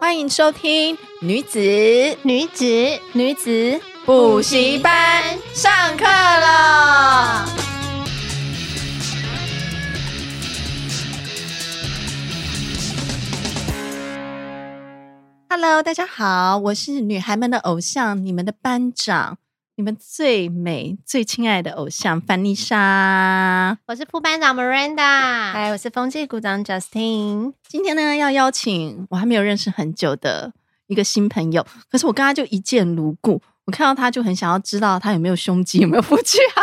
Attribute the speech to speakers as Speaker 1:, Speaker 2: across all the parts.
Speaker 1: 欢迎收听女子
Speaker 2: 女子
Speaker 3: 女子
Speaker 1: 补习班上课了。Hello，大家好，我是女孩们的偶像，你们的班长，你们最美、最亲爱的偶像范丽莎。
Speaker 2: 我是副班长 Miranda，
Speaker 3: 嗨，我是风纪股长 Justin。
Speaker 1: 今天呢，要邀请我还没有认识很久的一个新朋友，可是我跟他就一见如故。我看到他就很想要知道他有没有胸肌，有没有腹肌啊？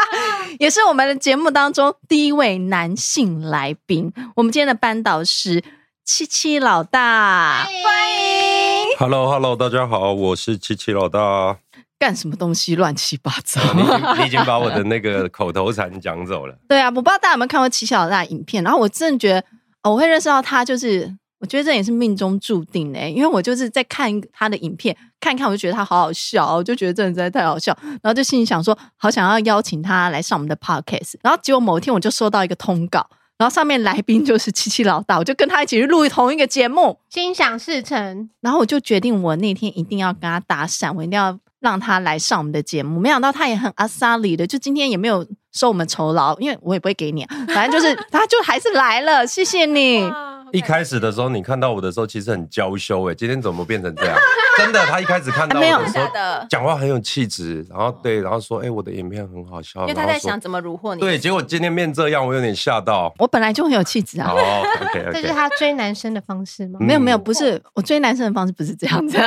Speaker 1: 也是我们的节目当中第一位男性来宾。我们今天的班导是七七老大，
Speaker 2: 欢迎
Speaker 4: h e l l o h e l l o 大家好，我是七七老大。
Speaker 1: 干什么东西乱七八糟？
Speaker 4: 你已经你已经把我的那个口头禅讲走了。
Speaker 1: 对啊，我不知道大家有没有看过七七老大的影片，然后我真的觉得，哦、我会认识到他，就是呃我觉得这也是命中注定哎、因为我就是在看他的影片，看一看我就觉得他好好笑哦，我就觉得真的实在太好笑，然后就心里想说，好想要邀请他来上我们的 podcast，然后结果某一天我就收到一个通告，然后上面来宾就是七七老大，我就跟他一起去录同一个节目，
Speaker 2: 心想事成，
Speaker 1: 然后我就决定，我那天一定要跟他搭讪，我一定要让他来上我们的节目。没想到他也很阿萨里的，就今天也没有收我们酬劳，因为我也不会给你、啊，反正就是 他就还是来了，谢谢 你。
Speaker 4: 一开始的时候，你看到我的时候，其实很娇羞哎、今天怎么变成这样？ 真的，他一开始看到我
Speaker 1: 没有
Speaker 4: 的时
Speaker 3: 真
Speaker 4: 候，
Speaker 3: 啊的，
Speaker 4: 讲话很有气质，然后对，然后说，哎、我的影片很好笑，
Speaker 3: 因为他
Speaker 4: 然后
Speaker 3: 在
Speaker 4: 说
Speaker 3: 想怎么虏获你。
Speaker 4: 对，结果今天变这样，我有点吓到。
Speaker 1: 我本来就很有气质啊
Speaker 4: 哦，，OK
Speaker 2: 这是
Speaker 4: OK，
Speaker 2: 他追男生的方式吗？
Speaker 4: 嗯
Speaker 1: 没有没有，不是我追男生的方式不是这样 子，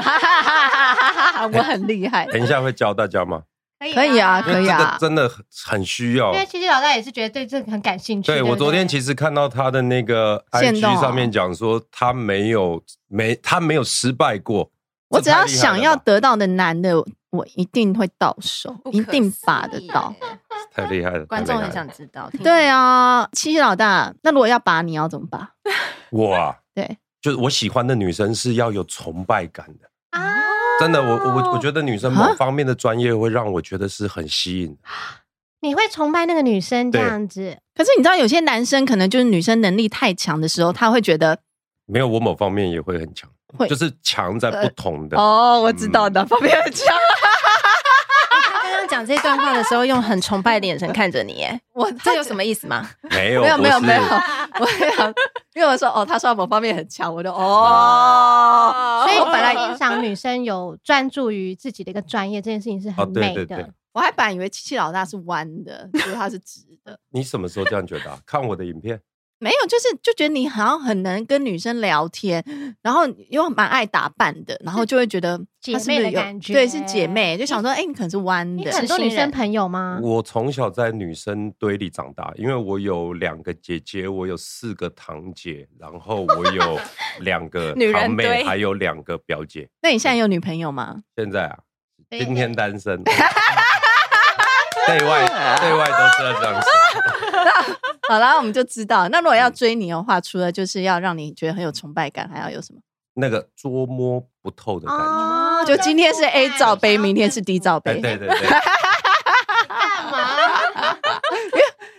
Speaker 1: 我很厉害，
Speaker 4: 等一下会教大家吗？
Speaker 1: 可以啊
Speaker 4: 因
Speaker 1: 可
Speaker 4: 为
Speaker 1: 以
Speaker 4: 这
Speaker 1: 啊
Speaker 4: 个真的很很需要
Speaker 2: 因。为七七老大也是觉得对这个很感兴趣。
Speaker 4: 对
Speaker 2: 不
Speaker 4: 我昨天其实看到他的那个
Speaker 1: 限
Speaker 4: IG
Speaker 1: 动哦
Speaker 4: 上面讲说，他没有没他没有失败过。
Speaker 1: 我
Speaker 4: 这
Speaker 1: 只要
Speaker 4: 太厉害
Speaker 1: 想
Speaker 4: 了
Speaker 1: 要
Speaker 4: 吧
Speaker 1: 得到的男的，我一定会到手，
Speaker 3: 不可
Speaker 1: 一
Speaker 3: 思议
Speaker 1: 定把得到。
Speaker 4: 太厉害了，
Speaker 3: 观众
Speaker 4: 太厉
Speaker 3: 很
Speaker 4: 害了
Speaker 3: 想知道。听
Speaker 1: 对啊，七七老大，那如果要把你要怎么把？
Speaker 4: 我啊，
Speaker 1: 对，
Speaker 4: 就是我喜欢的女生是要有崇拜感的。
Speaker 2: 啊，
Speaker 4: 真的，我我我觉得女生
Speaker 1: 啊
Speaker 4: 某方面的专业会让我觉得是很吸引的。
Speaker 2: 你会崇拜那个女生这样子，
Speaker 1: 可是你知道，有些男生可能就是女生能力太强的时候，他会觉得
Speaker 4: 没有，我某方面也会很强
Speaker 1: 会，呃
Speaker 4: 就是强在不同的。
Speaker 1: 哦，我知道
Speaker 4: 嗯
Speaker 1: 哪方面很强。
Speaker 3: 他刚刚讲这段话的时候，用很崇拜的眼神看着你，哎，
Speaker 1: 我
Speaker 3: 这有什么意思吗？
Speaker 4: 没有，
Speaker 1: 没有
Speaker 4: 哦不
Speaker 1: 没有
Speaker 4: 是
Speaker 1: 没有， 我想，因为我说哦，他说某方面很强，我就
Speaker 4: 嗯
Speaker 1: 哦，
Speaker 2: 所以
Speaker 1: 我
Speaker 2: 我
Speaker 1: 本
Speaker 2: 本来
Speaker 1: 来
Speaker 2: 欣赏女生有专注于自己的一个专业，这件事情是
Speaker 4: 哦
Speaker 2: 很
Speaker 4: 对
Speaker 2: 美
Speaker 4: 对对
Speaker 2: 的。
Speaker 1: 我还本来以为七七老大是弯的，结果他是直的。
Speaker 4: 你什么时候这样觉得啊、看我的影片，
Speaker 1: 没有，就是就觉得你好像很能跟女生聊天，然后又蛮爱打扮的，然后就会觉得
Speaker 2: 姐
Speaker 1: 她是不是
Speaker 2: 妹的
Speaker 1: 有
Speaker 2: 感觉
Speaker 1: 对，是姐妹，就想说，哎、你可能是弯
Speaker 2: 你
Speaker 1: 的，
Speaker 2: 很多
Speaker 3: 是新
Speaker 2: 女生
Speaker 3: 人
Speaker 2: 朋友吗？
Speaker 4: 我从小在女生堆里长大，因为我有两个姐姐，我有四个堂姐，然后我有 两个
Speaker 3: 女人
Speaker 4: 堂妹，
Speaker 3: 堆
Speaker 4: 还有两个表姐。
Speaker 1: 那你现在有女朋友吗？
Speaker 4: 现在啊，
Speaker 2: 对
Speaker 4: 今天 单身，对外
Speaker 2: 啊
Speaker 4: 对外都是要这样子。
Speaker 1: 好啦，我们就知道。那如果要追你的话，除了就是要让你觉得很有崇拜感，还要有什么？
Speaker 4: 那个捉摸不透的感觉。
Speaker 2: 哦
Speaker 1: 就今天是 A 罩杯，明天是 D 罩
Speaker 4: 哎，
Speaker 1: 杯。
Speaker 4: 对对对，
Speaker 2: 干嘛？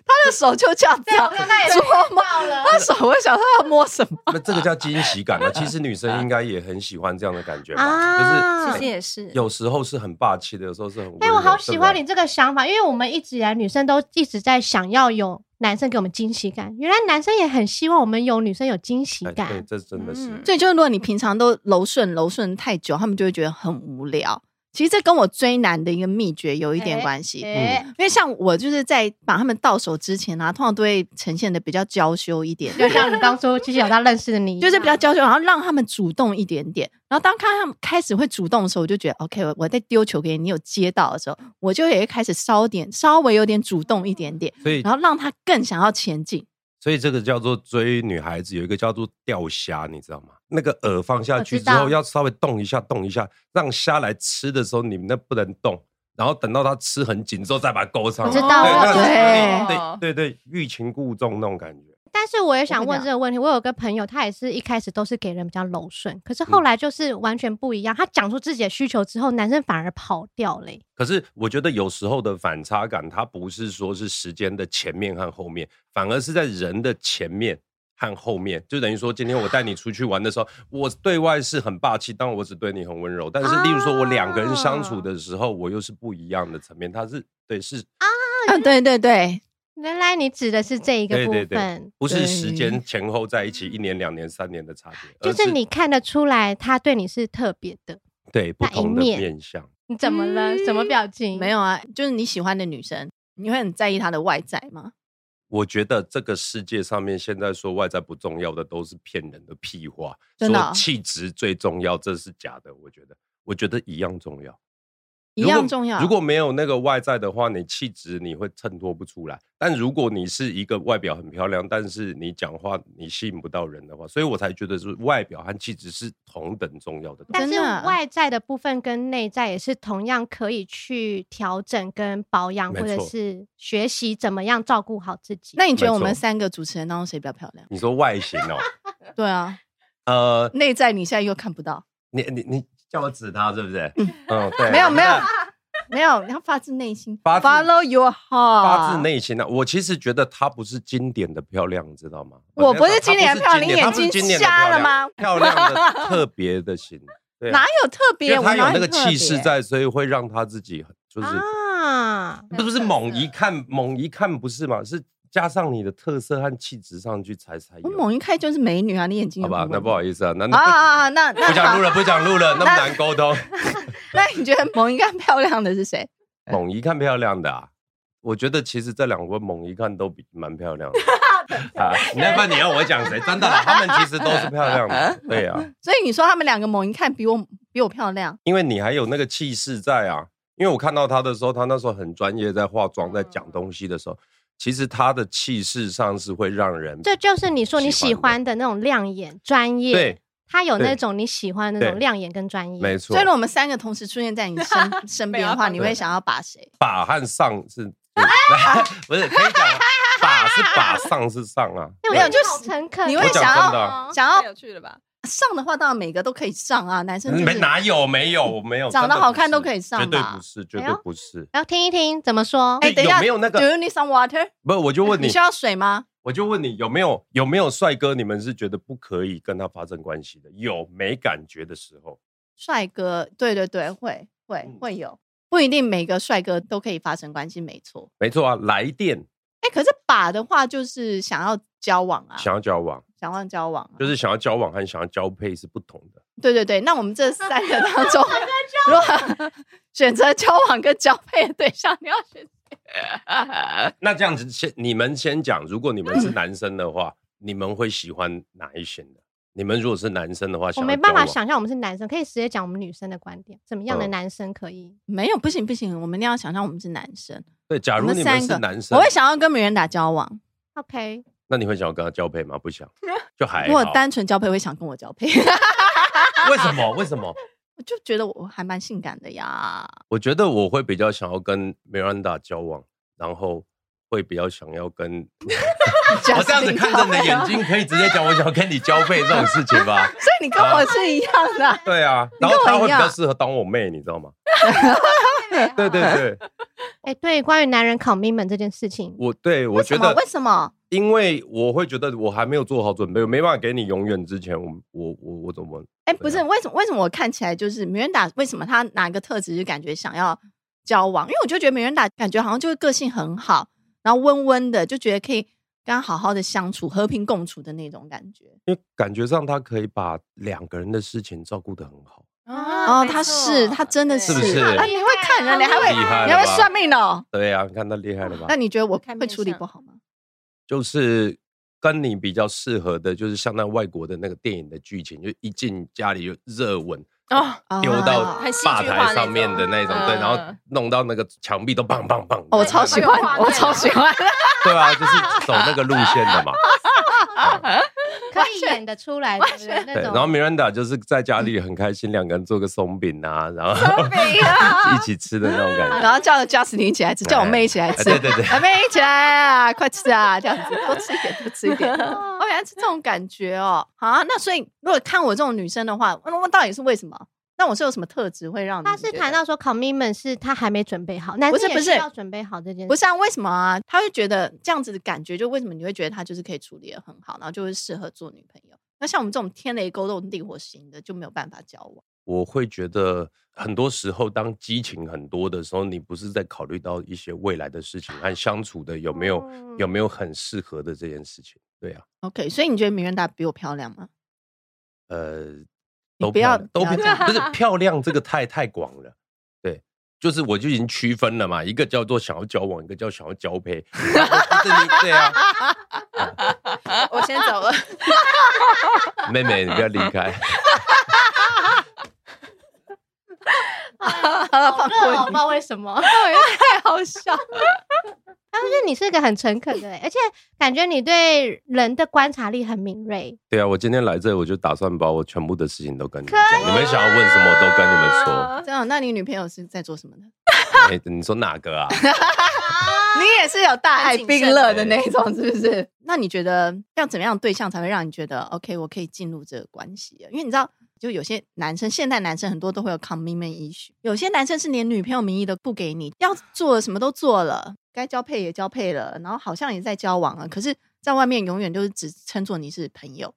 Speaker 1: 他的手就这样子啊，
Speaker 2: 那也
Speaker 1: 捉摸。
Speaker 2: 爆了。
Speaker 1: 他的手，我想他要摸什么？
Speaker 4: 那这 个叫惊喜感啊。其实女生应该也很喜欢这样的感觉吧，
Speaker 2: 嗯啊
Speaker 4: 就是
Speaker 3: 其实
Speaker 4: 哎
Speaker 3: 也是，
Speaker 4: 有时候是很霸气的，有时候是很温柔。
Speaker 2: 哎，我好喜欢
Speaker 4: 对
Speaker 2: 你这个想法，因为我们一直以来女生都一直在想要有男生给我们惊喜感，原来男生也很希望我们有女生有惊喜
Speaker 4: 不对。哎对，
Speaker 2: 感。
Speaker 4: 这真的是
Speaker 3: 嗯
Speaker 1: 所以就是，如果你平常都柔顺柔顺太久，他们就会觉得很无聊。其实这跟我追男的一个秘诀有一点关系，
Speaker 2: 哎
Speaker 4: 嗯
Speaker 1: 因为像我就是在把他们到手之前啊，通常都会呈现的比较娇羞一点，
Speaker 2: 就像你当初七小大认识的你一样，
Speaker 1: 就是比较娇羞，然后让他们主动一点点。然后当看他们开始会主动的时候，我就觉得 OK，我我在丢球给你，你有接到的时候，我就也会开始稍点稍微有点主动一点点，
Speaker 4: 所以
Speaker 2: 哦
Speaker 1: 然后让他更想要前进。
Speaker 4: 所以这个叫做追女孩子，有一个叫做钓虾，你知道吗？那个饵放下去
Speaker 2: 我知
Speaker 4: 之
Speaker 2: 道
Speaker 4: 后，要稍微动一下，动一下，让虾来吃的时候，你们那不能动，然后等到它吃很紧之后再把它勾上
Speaker 2: 我知
Speaker 4: 来。
Speaker 2: 道
Speaker 4: 对
Speaker 2: 我知
Speaker 4: 那
Speaker 3: 道
Speaker 4: 种对对对，欲擒故纵那种感觉。
Speaker 2: 但是我也
Speaker 1: 我
Speaker 2: 想
Speaker 1: 跟
Speaker 2: 问
Speaker 1: 你
Speaker 2: 这个问题，我有个朋友，他也是一开始都是给人比较柔顺，可
Speaker 4: 嗯
Speaker 2: 是后来就是完全不一样。他讲出自己的需求之后，男生反而跑掉欸嘞、
Speaker 4: 可是我觉得有时候的反差感，它不是说是时间的前面和后面，反而是在人的前面和后面。就等于说，今天我带你出去玩的时候，我对外是很霸气，但我只对你很温柔。但是，例如说我两个人相处
Speaker 2: 啊
Speaker 4: 的时候，我又是不一样的层面。它是对，是
Speaker 1: 啊，对对对，
Speaker 2: 原来你指的是这一个
Speaker 4: 对
Speaker 2: 部
Speaker 4: 对
Speaker 2: 分，
Speaker 4: 对，不是
Speaker 1: 对
Speaker 4: 时间前后在一起一年、两年、三年的差别，
Speaker 2: 就是
Speaker 4: 而
Speaker 2: 你看得出来他对你是特别的。
Speaker 4: 对不同的
Speaker 2: 那一面
Speaker 4: 面相。
Speaker 2: 你怎么了？什么表
Speaker 4: 嗯
Speaker 2: 情？
Speaker 1: 嗯没有啊，就是你喜欢的女生，你会很在意她的外在吗？
Speaker 4: 我觉得这个世界上面现在说外在不重要的都是骗人的屁话，
Speaker 1: 真的哦
Speaker 4: 说气质最重要，这是假的。我觉得，我觉得一样重要，
Speaker 1: 一
Speaker 4: 如果
Speaker 1: 样重要。
Speaker 4: 如果没有那个外在的话，你气质你会衬托不出来。但如果你是一个外表很漂亮，但是你讲话你吸引不到人的话，所以我才觉得是外表和气质是同等重要的东啊西。
Speaker 2: 但是
Speaker 1: 真的
Speaker 2: 外在的部分跟内在也是同样可以去调整跟保养，
Speaker 4: 没
Speaker 2: 或者
Speaker 4: 错
Speaker 2: 是学习怎么样照顾好自己。
Speaker 1: 那你觉得我
Speaker 4: 没
Speaker 1: 们
Speaker 4: 错
Speaker 1: 三个主持人当中谁比较漂亮？
Speaker 4: 你说外形哦，
Speaker 1: 对 啊，
Speaker 4: 呃，
Speaker 1: 内在你现在又看不到，
Speaker 4: 你你你叫我指他是不是？嗯，对，
Speaker 1: 没有没有
Speaker 4: 那
Speaker 1: 没有，你要发自内心
Speaker 4: 发自
Speaker 1: follow your heart，
Speaker 4: 发自内心的、我其实觉得她不是经典的漂亮，你知道吗？
Speaker 1: 我不是
Speaker 4: 她
Speaker 1: 经典的漂亮
Speaker 4: 她不是
Speaker 1: 你眼睛
Speaker 4: 经典的
Speaker 1: 瞎
Speaker 4: 漂亮
Speaker 1: 了吗
Speaker 4: 漂亮的特别 的型，对啊、
Speaker 1: 哪有特别？
Speaker 4: 因为她
Speaker 1: 我哪
Speaker 4: 有那个
Speaker 1: 很特别
Speaker 4: 气势，在，所以会让她自己很就是、
Speaker 2: 啊，
Speaker 4: 不是猛一看猛一看不是嘛？是加上你的特色和气质上去才才
Speaker 1: 我。
Speaker 4: 有
Speaker 1: 猛一看就是美女啊，你眼睛
Speaker 4: 好
Speaker 1: 有
Speaker 4: 吧，那不好意思啊，那
Speaker 1: 啊
Speaker 4: 那
Speaker 1: 啊啊！那
Speaker 4: 不
Speaker 1: 那
Speaker 4: 想录了，不想录了，那么
Speaker 1: 那
Speaker 4: 难沟通。
Speaker 1: 那你觉得猛一看漂亮的是谁？
Speaker 2: 哎
Speaker 4: 猛一看漂亮的、啊，我觉得其实这两位猛一看都比蛮 漂亮的。啊，那不然你要我讲谁？真的啦，他们其实都是漂亮的。对啊，
Speaker 1: 所以你说他们两个猛一看比我比我漂亮，
Speaker 4: 因为你还有那个气势在啊。因为我看到他的时候，他那时候很专业，在化妆，在讲东西的时候，其实他的气势上是会让人
Speaker 2: 这就是你说你喜
Speaker 4: 喜欢
Speaker 2: 欢的那种亮眼、专业。
Speaker 4: 对，
Speaker 2: 他有那
Speaker 4: 对
Speaker 2: 种你喜欢的那种
Speaker 4: 对
Speaker 2: 亮眼跟专业。
Speaker 4: 没错
Speaker 1: 所以如果我们三个同时出现在你 身身边的话，你会想要把谁？
Speaker 4: 把和上 是，不是可以讲把是把上是上啊，
Speaker 2: 因为
Speaker 1: 没有
Speaker 2: 你
Speaker 1: 就是
Speaker 2: 好诚恳，
Speaker 1: 你
Speaker 4: 我
Speaker 1: 会
Speaker 4: 讲
Speaker 1: 想
Speaker 4: 真的
Speaker 1: 要
Speaker 4: 啊。
Speaker 1: 想要
Speaker 3: 哦太有趣了吧？
Speaker 1: 上的话，当然每个都可以上啊，男生就
Speaker 4: 没
Speaker 1: 是
Speaker 4: 哪有没有我没有
Speaker 1: 长得
Speaker 4: 真的不
Speaker 1: 好看
Speaker 4: 是
Speaker 1: 都可以上
Speaker 4: 绝对
Speaker 1: 吧
Speaker 4: 不是，绝
Speaker 2: 哎
Speaker 4: 对
Speaker 2: 呦
Speaker 4: 不是。
Speaker 2: 然后听一听怎么说？
Speaker 1: 哎，等一
Speaker 4: 有
Speaker 1: 下，
Speaker 4: 没有那个
Speaker 1: Do you need some water？
Speaker 4: 不是，我就问
Speaker 1: 你
Speaker 4: 你
Speaker 1: 需，要水吗？
Speaker 4: 我就问你有没有有没有帅哥，你们是觉得不可以跟他发生关系的？有没感觉的时候？
Speaker 1: 帅哥，对对对，会会
Speaker 4: 嗯
Speaker 1: 会有，不一定每个帅哥都可以发生关系，没错。
Speaker 4: 没错啊，来电
Speaker 1: 哎，可是把的话就是想要交往啊，
Speaker 4: 想要交往，
Speaker 1: 想要交往、啊，
Speaker 4: 就是想要交往和想要交配是不同的。
Speaker 1: 对对对。那我们这三个当中，如 果选择交往跟交配的对象，你要选
Speaker 4: 那这样子先，你们先讲，如果你们是男生的话，你们会喜欢哪一型的？你们如果是男生的话，
Speaker 2: 我
Speaker 4: 想要
Speaker 2: 没办法
Speaker 4: 交往
Speaker 2: 想象我们是男生，可以直接讲我们女生的观点，怎么样的
Speaker 4: 嗯
Speaker 2: 男生可以？
Speaker 1: 没有，不行不行，我们一定要想象我们是男生，
Speaker 4: 对，假
Speaker 1: 我
Speaker 4: 如
Speaker 1: 们
Speaker 4: 你
Speaker 1: 三
Speaker 4: 们是
Speaker 1: 个
Speaker 4: 男生
Speaker 1: 我，会想要跟别人打交往。
Speaker 2: OK，
Speaker 4: 那你会想要跟他交配吗？不 想，就还
Speaker 1: 如果
Speaker 4: 好。
Speaker 1: 单纯交配，会想跟我交配，
Speaker 4: 为什么？为什么？
Speaker 1: 我就觉得我还蛮性感的呀。
Speaker 4: 我觉得我会比较想要跟 Miranda 交往，然后会比较想 要跟。我这样子看着你的眼，睛，可以直接讲我想要跟你交配这种事 情吧？
Speaker 1: 所以你跟我是一样的啊。
Speaker 4: 对啊，
Speaker 1: 你
Speaker 4: 然
Speaker 1: 跟
Speaker 4: 后
Speaker 1: 我
Speaker 4: 她会
Speaker 1: 一
Speaker 4: 比较
Speaker 1: 样
Speaker 4: 适合当我妹，你知 道吗？对对对，
Speaker 2: 哎、对，关于男人 commitment 这件事情，
Speaker 4: 我对我
Speaker 1: 为什
Speaker 4: 觉
Speaker 1: 么
Speaker 4: 得
Speaker 1: 为什么？
Speaker 4: 因为我会觉得我还没有做好准备，我没办法给你永远之前，我我我我怎么？
Speaker 1: 哎、不是
Speaker 4: 对
Speaker 1: 为什么？为什么我看起来就是梅人达？为什么他哪个特质就感觉想要交往？因为我就觉得梅人达感觉好像就是个性很好，然后温温的，就觉得可以跟他好好的相处、和平共处的那种感觉。
Speaker 4: 因为感觉上她可以把两个人的事情照顾得很好。
Speaker 1: 哦，
Speaker 3: 哦
Speaker 1: 他是他真的
Speaker 4: 是不是
Speaker 1: 啊你会看人，你还会
Speaker 4: 厉害了吧
Speaker 1: 你还会算命哦？
Speaker 4: 对呀、你看他厉害了吧
Speaker 1: 那？你觉得我
Speaker 3: 看
Speaker 1: 会
Speaker 3: 面
Speaker 1: 处理不
Speaker 3: 相
Speaker 1: 好吗？
Speaker 4: 就是跟你比较适合的，就是像那外国的那个电影的剧情，就一进家里就热吻，
Speaker 3: 哦，
Speaker 1: 啊
Speaker 4: 丢到
Speaker 3: 很戏剧
Speaker 4: 吧
Speaker 3: 化那
Speaker 4: 台上面的那种，
Speaker 3: 种
Speaker 4: 对，
Speaker 3: 嗯
Speaker 4: 然后弄到那个墙壁都棒棒棒。
Speaker 1: 哦我超喜
Speaker 3: 有画
Speaker 1: 欢，
Speaker 3: 面
Speaker 1: 我超喜 欢。
Speaker 4: 对啊，就是走那个路线的嘛。
Speaker 2: 可以演得出来，对不对？
Speaker 4: 对，
Speaker 2: 那
Speaker 4: 然后
Speaker 2: 种
Speaker 4: Miranda 就是在家里很开心，两个人做个松饼啊，然后 一起吃的那种 感觉。
Speaker 1: 然后叫 Justin 一起来吃，叫我妹一起来吃，
Speaker 4: 哎对对对
Speaker 1: 啊妹一起来啊，快吃啊，这样子多吃一点，多吃一 点。哦，原来是这种感觉哦。啊，那所以如果看我这种女生的话，那我到底是为什么？那我是有什么特质会让你
Speaker 2: 他是
Speaker 1: 嗯觉得
Speaker 2: 谈到说 commitment 是他还没准备好，男
Speaker 1: 不
Speaker 2: 生
Speaker 1: 是
Speaker 2: 也
Speaker 1: 不
Speaker 2: 需
Speaker 1: 是
Speaker 2: 要准备好这件事。
Speaker 1: 不是啊？为什么啊？他会觉得这样子的感觉，就为什么你会觉得他就是可以处理的很好，然后就会适合做女朋友？那像我们这种天雷勾动地火型的，就没有办法交往。
Speaker 4: 我会觉得很多时候，当激情很多的时候，你不是在考虑到一些未来的事情和相处的有没有
Speaker 2: 嗯
Speaker 4: 有没有很适合的这件事情。对啊，
Speaker 1: OK，所以你觉得米人达比我漂 亮吗？
Speaker 4: 呃，
Speaker 1: 你
Speaker 4: 都
Speaker 1: 不要
Speaker 4: 漂亮都
Speaker 1: 不要
Speaker 4: 漂
Speaker 1: 这
Speaker 4: 亮
Speaker 1: 样
Speaker 4: 不是漂亮这个太太广了。对，就是我就已经区分了嘛，一个叫做想要交往，一个叫想要交配。然后这里 对啊，嗯
Speaker 3: 我先走了。
Speaker 4: 妹妹你不要离开。
Speaker 1: 好了，
Speaker 2: 好
Speaker 1: 放
Speaker 2: 热哦，
Speaker 1: 过
Speaker 2: 不知
Speaker 1: 你，
Speaker 2: 道为什么。
Speaker 1: 太好笑了。
Speaker 2: 但是你是个很诚恳的人，而且感觉你对人的观察力很敏锐。
Speaker 4: 对啊，我今天来这，我就打算把我全部的事情都跟你们
Speaker 1: 啊
Speaker 4: 讲，你们想要问什么我都跟你 们说。
Speaker 1: 这样，那你女朋友是在做什么的？
Speaker 4: 哎你说哪个啊？
Speaker 1: 你也是有大爱
Speaker 3: 很谨慎
Speaker 1: 并乐的那种，是不是？ 那你觉得要怎么样对象才会让你觉得 OK，我可以进入这个关系？啊因为你知道，就有些男生，现代男生很多都会有 commitment issue，有些男生是连女朋友名义都不给你，要做的什么都做了，该交配也交配了，然后好像也在交往了，可是在外面永远就是只称作你是朋友，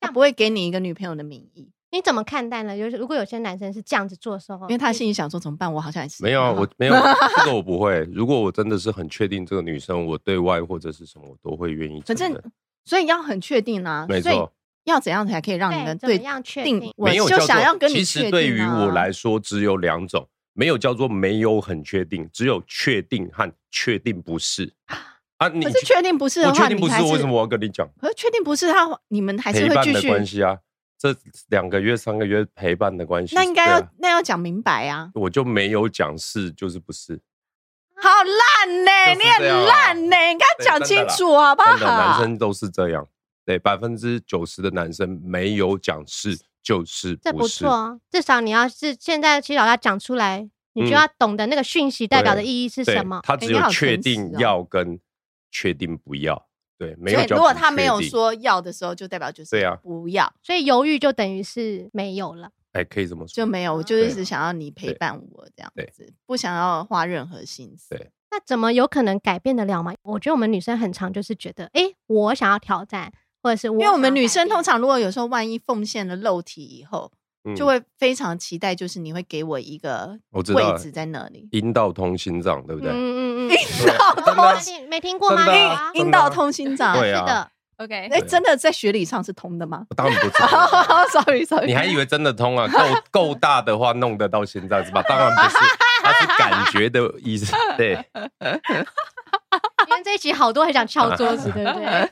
Speaker 1: 他不会给你一个女朋友的名义，
Speaker 2: 你怎么看待呢？就是如果有些男生是这样子做的时候，
Speaker 1: 因为他心里想说怎么办？我好像也是
Speaker 4: 没有啊，我没有这个我不会。如果我真的是很确定这个女生，我对外或者是什么，我都会愿意承
Speaker 1: 反
Speaker 4: 认。
Speaker 1: 正所以要很确定啊，
Speaker 4: 没
Speaker 1: 所以
Speaker 4: 错，
Speaker 1: 要怎样才可以让你们
Speaker 2: 对
Speaker 1: 对
Speaker 2: 怎么样确定
Speaker 1: 定？我
Speaker 4: 没有
Speaker 1: 就
Speaker 4: 叫做
Speaker 1: 想要跟你
Speaker 4: 其
Speaker 1: 确
Speaker 4: 实
Speaker 1: 定
Speaker 4: 对于
Speaker 1: 啊
Speaker 4: 我来说，只有两种，没有叫做没有很确定，只有确定和确定不是啊。你
Speaker 1: 可是确定不是的
Speaker 4: 我
Speaker 1: 话，
Speaker 4: 确定
Speaker 1: 你
Speaker 4: 不
Speaker 1: 还
Speaker 4: 是，为什么我要跟你讲？
Speaker 1: 可是确定不是他，你们还是
Speaker 4: 陪
Speaker 1: 会
Speaker 4: 伴
Speaker 1: 继
Speaker 4: 的关
Speaker 1: 续。
Speaker 4: 系啊，这两个月、三个月陪伴的关系，
Speaker 1: 那应该要、
Speaker 4: 对啊
Speaker 1: 那要讲明白啊！
Speaker 4: 我就没有讲是就是不是，
Speaker 1: 好烂呢、
Speaker 4: 就是
Speaker 1: 你
Speaker 4: 这样啊
Speaker 1: 很烂呢、你应该讲清楚好不好？
Speaker 4: 真的男生都是这样，对，百分之九十的男生没有讲是就是
Speaker 2: 这不
Speaker 4: 不是
Speaker 2: 错，。哦，至少你要是现在七老要讲出来，你就
Speaker 4: 嗯
Speaker 2: 要懂得那个讯息代表的
Speaker 4: 对
Speaker 2: 意义是
Speaker 4: 对
Speaker 2: 什么。
Speaker 4: 他
Speaker 1: 哎
Speaker 4: 只
Speaker 1: 你好
Speaker 4: 有
Speaker 1: 诚
Speaker 4: 确
Speaker 1: 实
Speaker 4: 定
Speaker 1: 哦
Speaker 4: 要跟确定不要，对，没有
Speaker 1: 所以
Speaker 4: 叫
Speaker 1: 如果
Speaker 4: 不
Speaker 1: 他没
Speaker 4: 确
Speaker 1: 有
Speaker 4: 定，
Speaker 1: 说要的时候，就代表就是
Speaker 4: 对啊
Speaker 1: 不要
Speaker 2: 所以犹豫就等于是没有了。
Speaker 4: 哎，可以这么说，
Speaker 1: 就没有。我就
Speaker 4: 对
Speaker 1: 一直想要你陪伴我这样
Speaker 4: 对
Speaker 1: 子，不想要花任何心思。
Speaker 4: 对
Speaker 2: 那怎么有可能改变得了嘛？我觉得我们女生很常就是觉得，诶，我想要挑战，或者是我
Speaker 1: 因为我们女
Speaker 2: 想
Speaker 1: 生
Speaker 2: 要改变
Speaker 1: 通常如果有时候万一奉献了肉体以后，
Speaker 4: 嗯
Speaker 1: 就会非常期待，就是你会给我一个
Speaker 4: 我知道
Speaker 1: 位置在那里。
Speaker 4: 阴道通心脏，对不对？
Speaker 2: 嗯嗯嗯，
Speaker 4: 对啊真的啊
Speaker 2: 没没听过吗？
Speaker 4: 真的
Speaker 2: 有
Speaker 4: 啊
Speaker 2: 啊
Speaker 4: 真的
Speaker 1: 阴道通心脏，
Speaker 4: 对
Speaker 2: 是的
Speaker 4: 啊，
Speaker 3: OK，
Speaker 1: 哎，
Speaker 4: 对
Speaker 1: 真的在学理上是通的吗
Speaker 4: 当然不知道。
Speaker 1: ？Sorry Sorry，
Speaker 4: 你还以为真的通啊？够够大的话，弄得到心脏是吧？当然不是，它是感觉的意思。对，
Speaker 2: 因为这一集好多很想 敲桌子，对不对？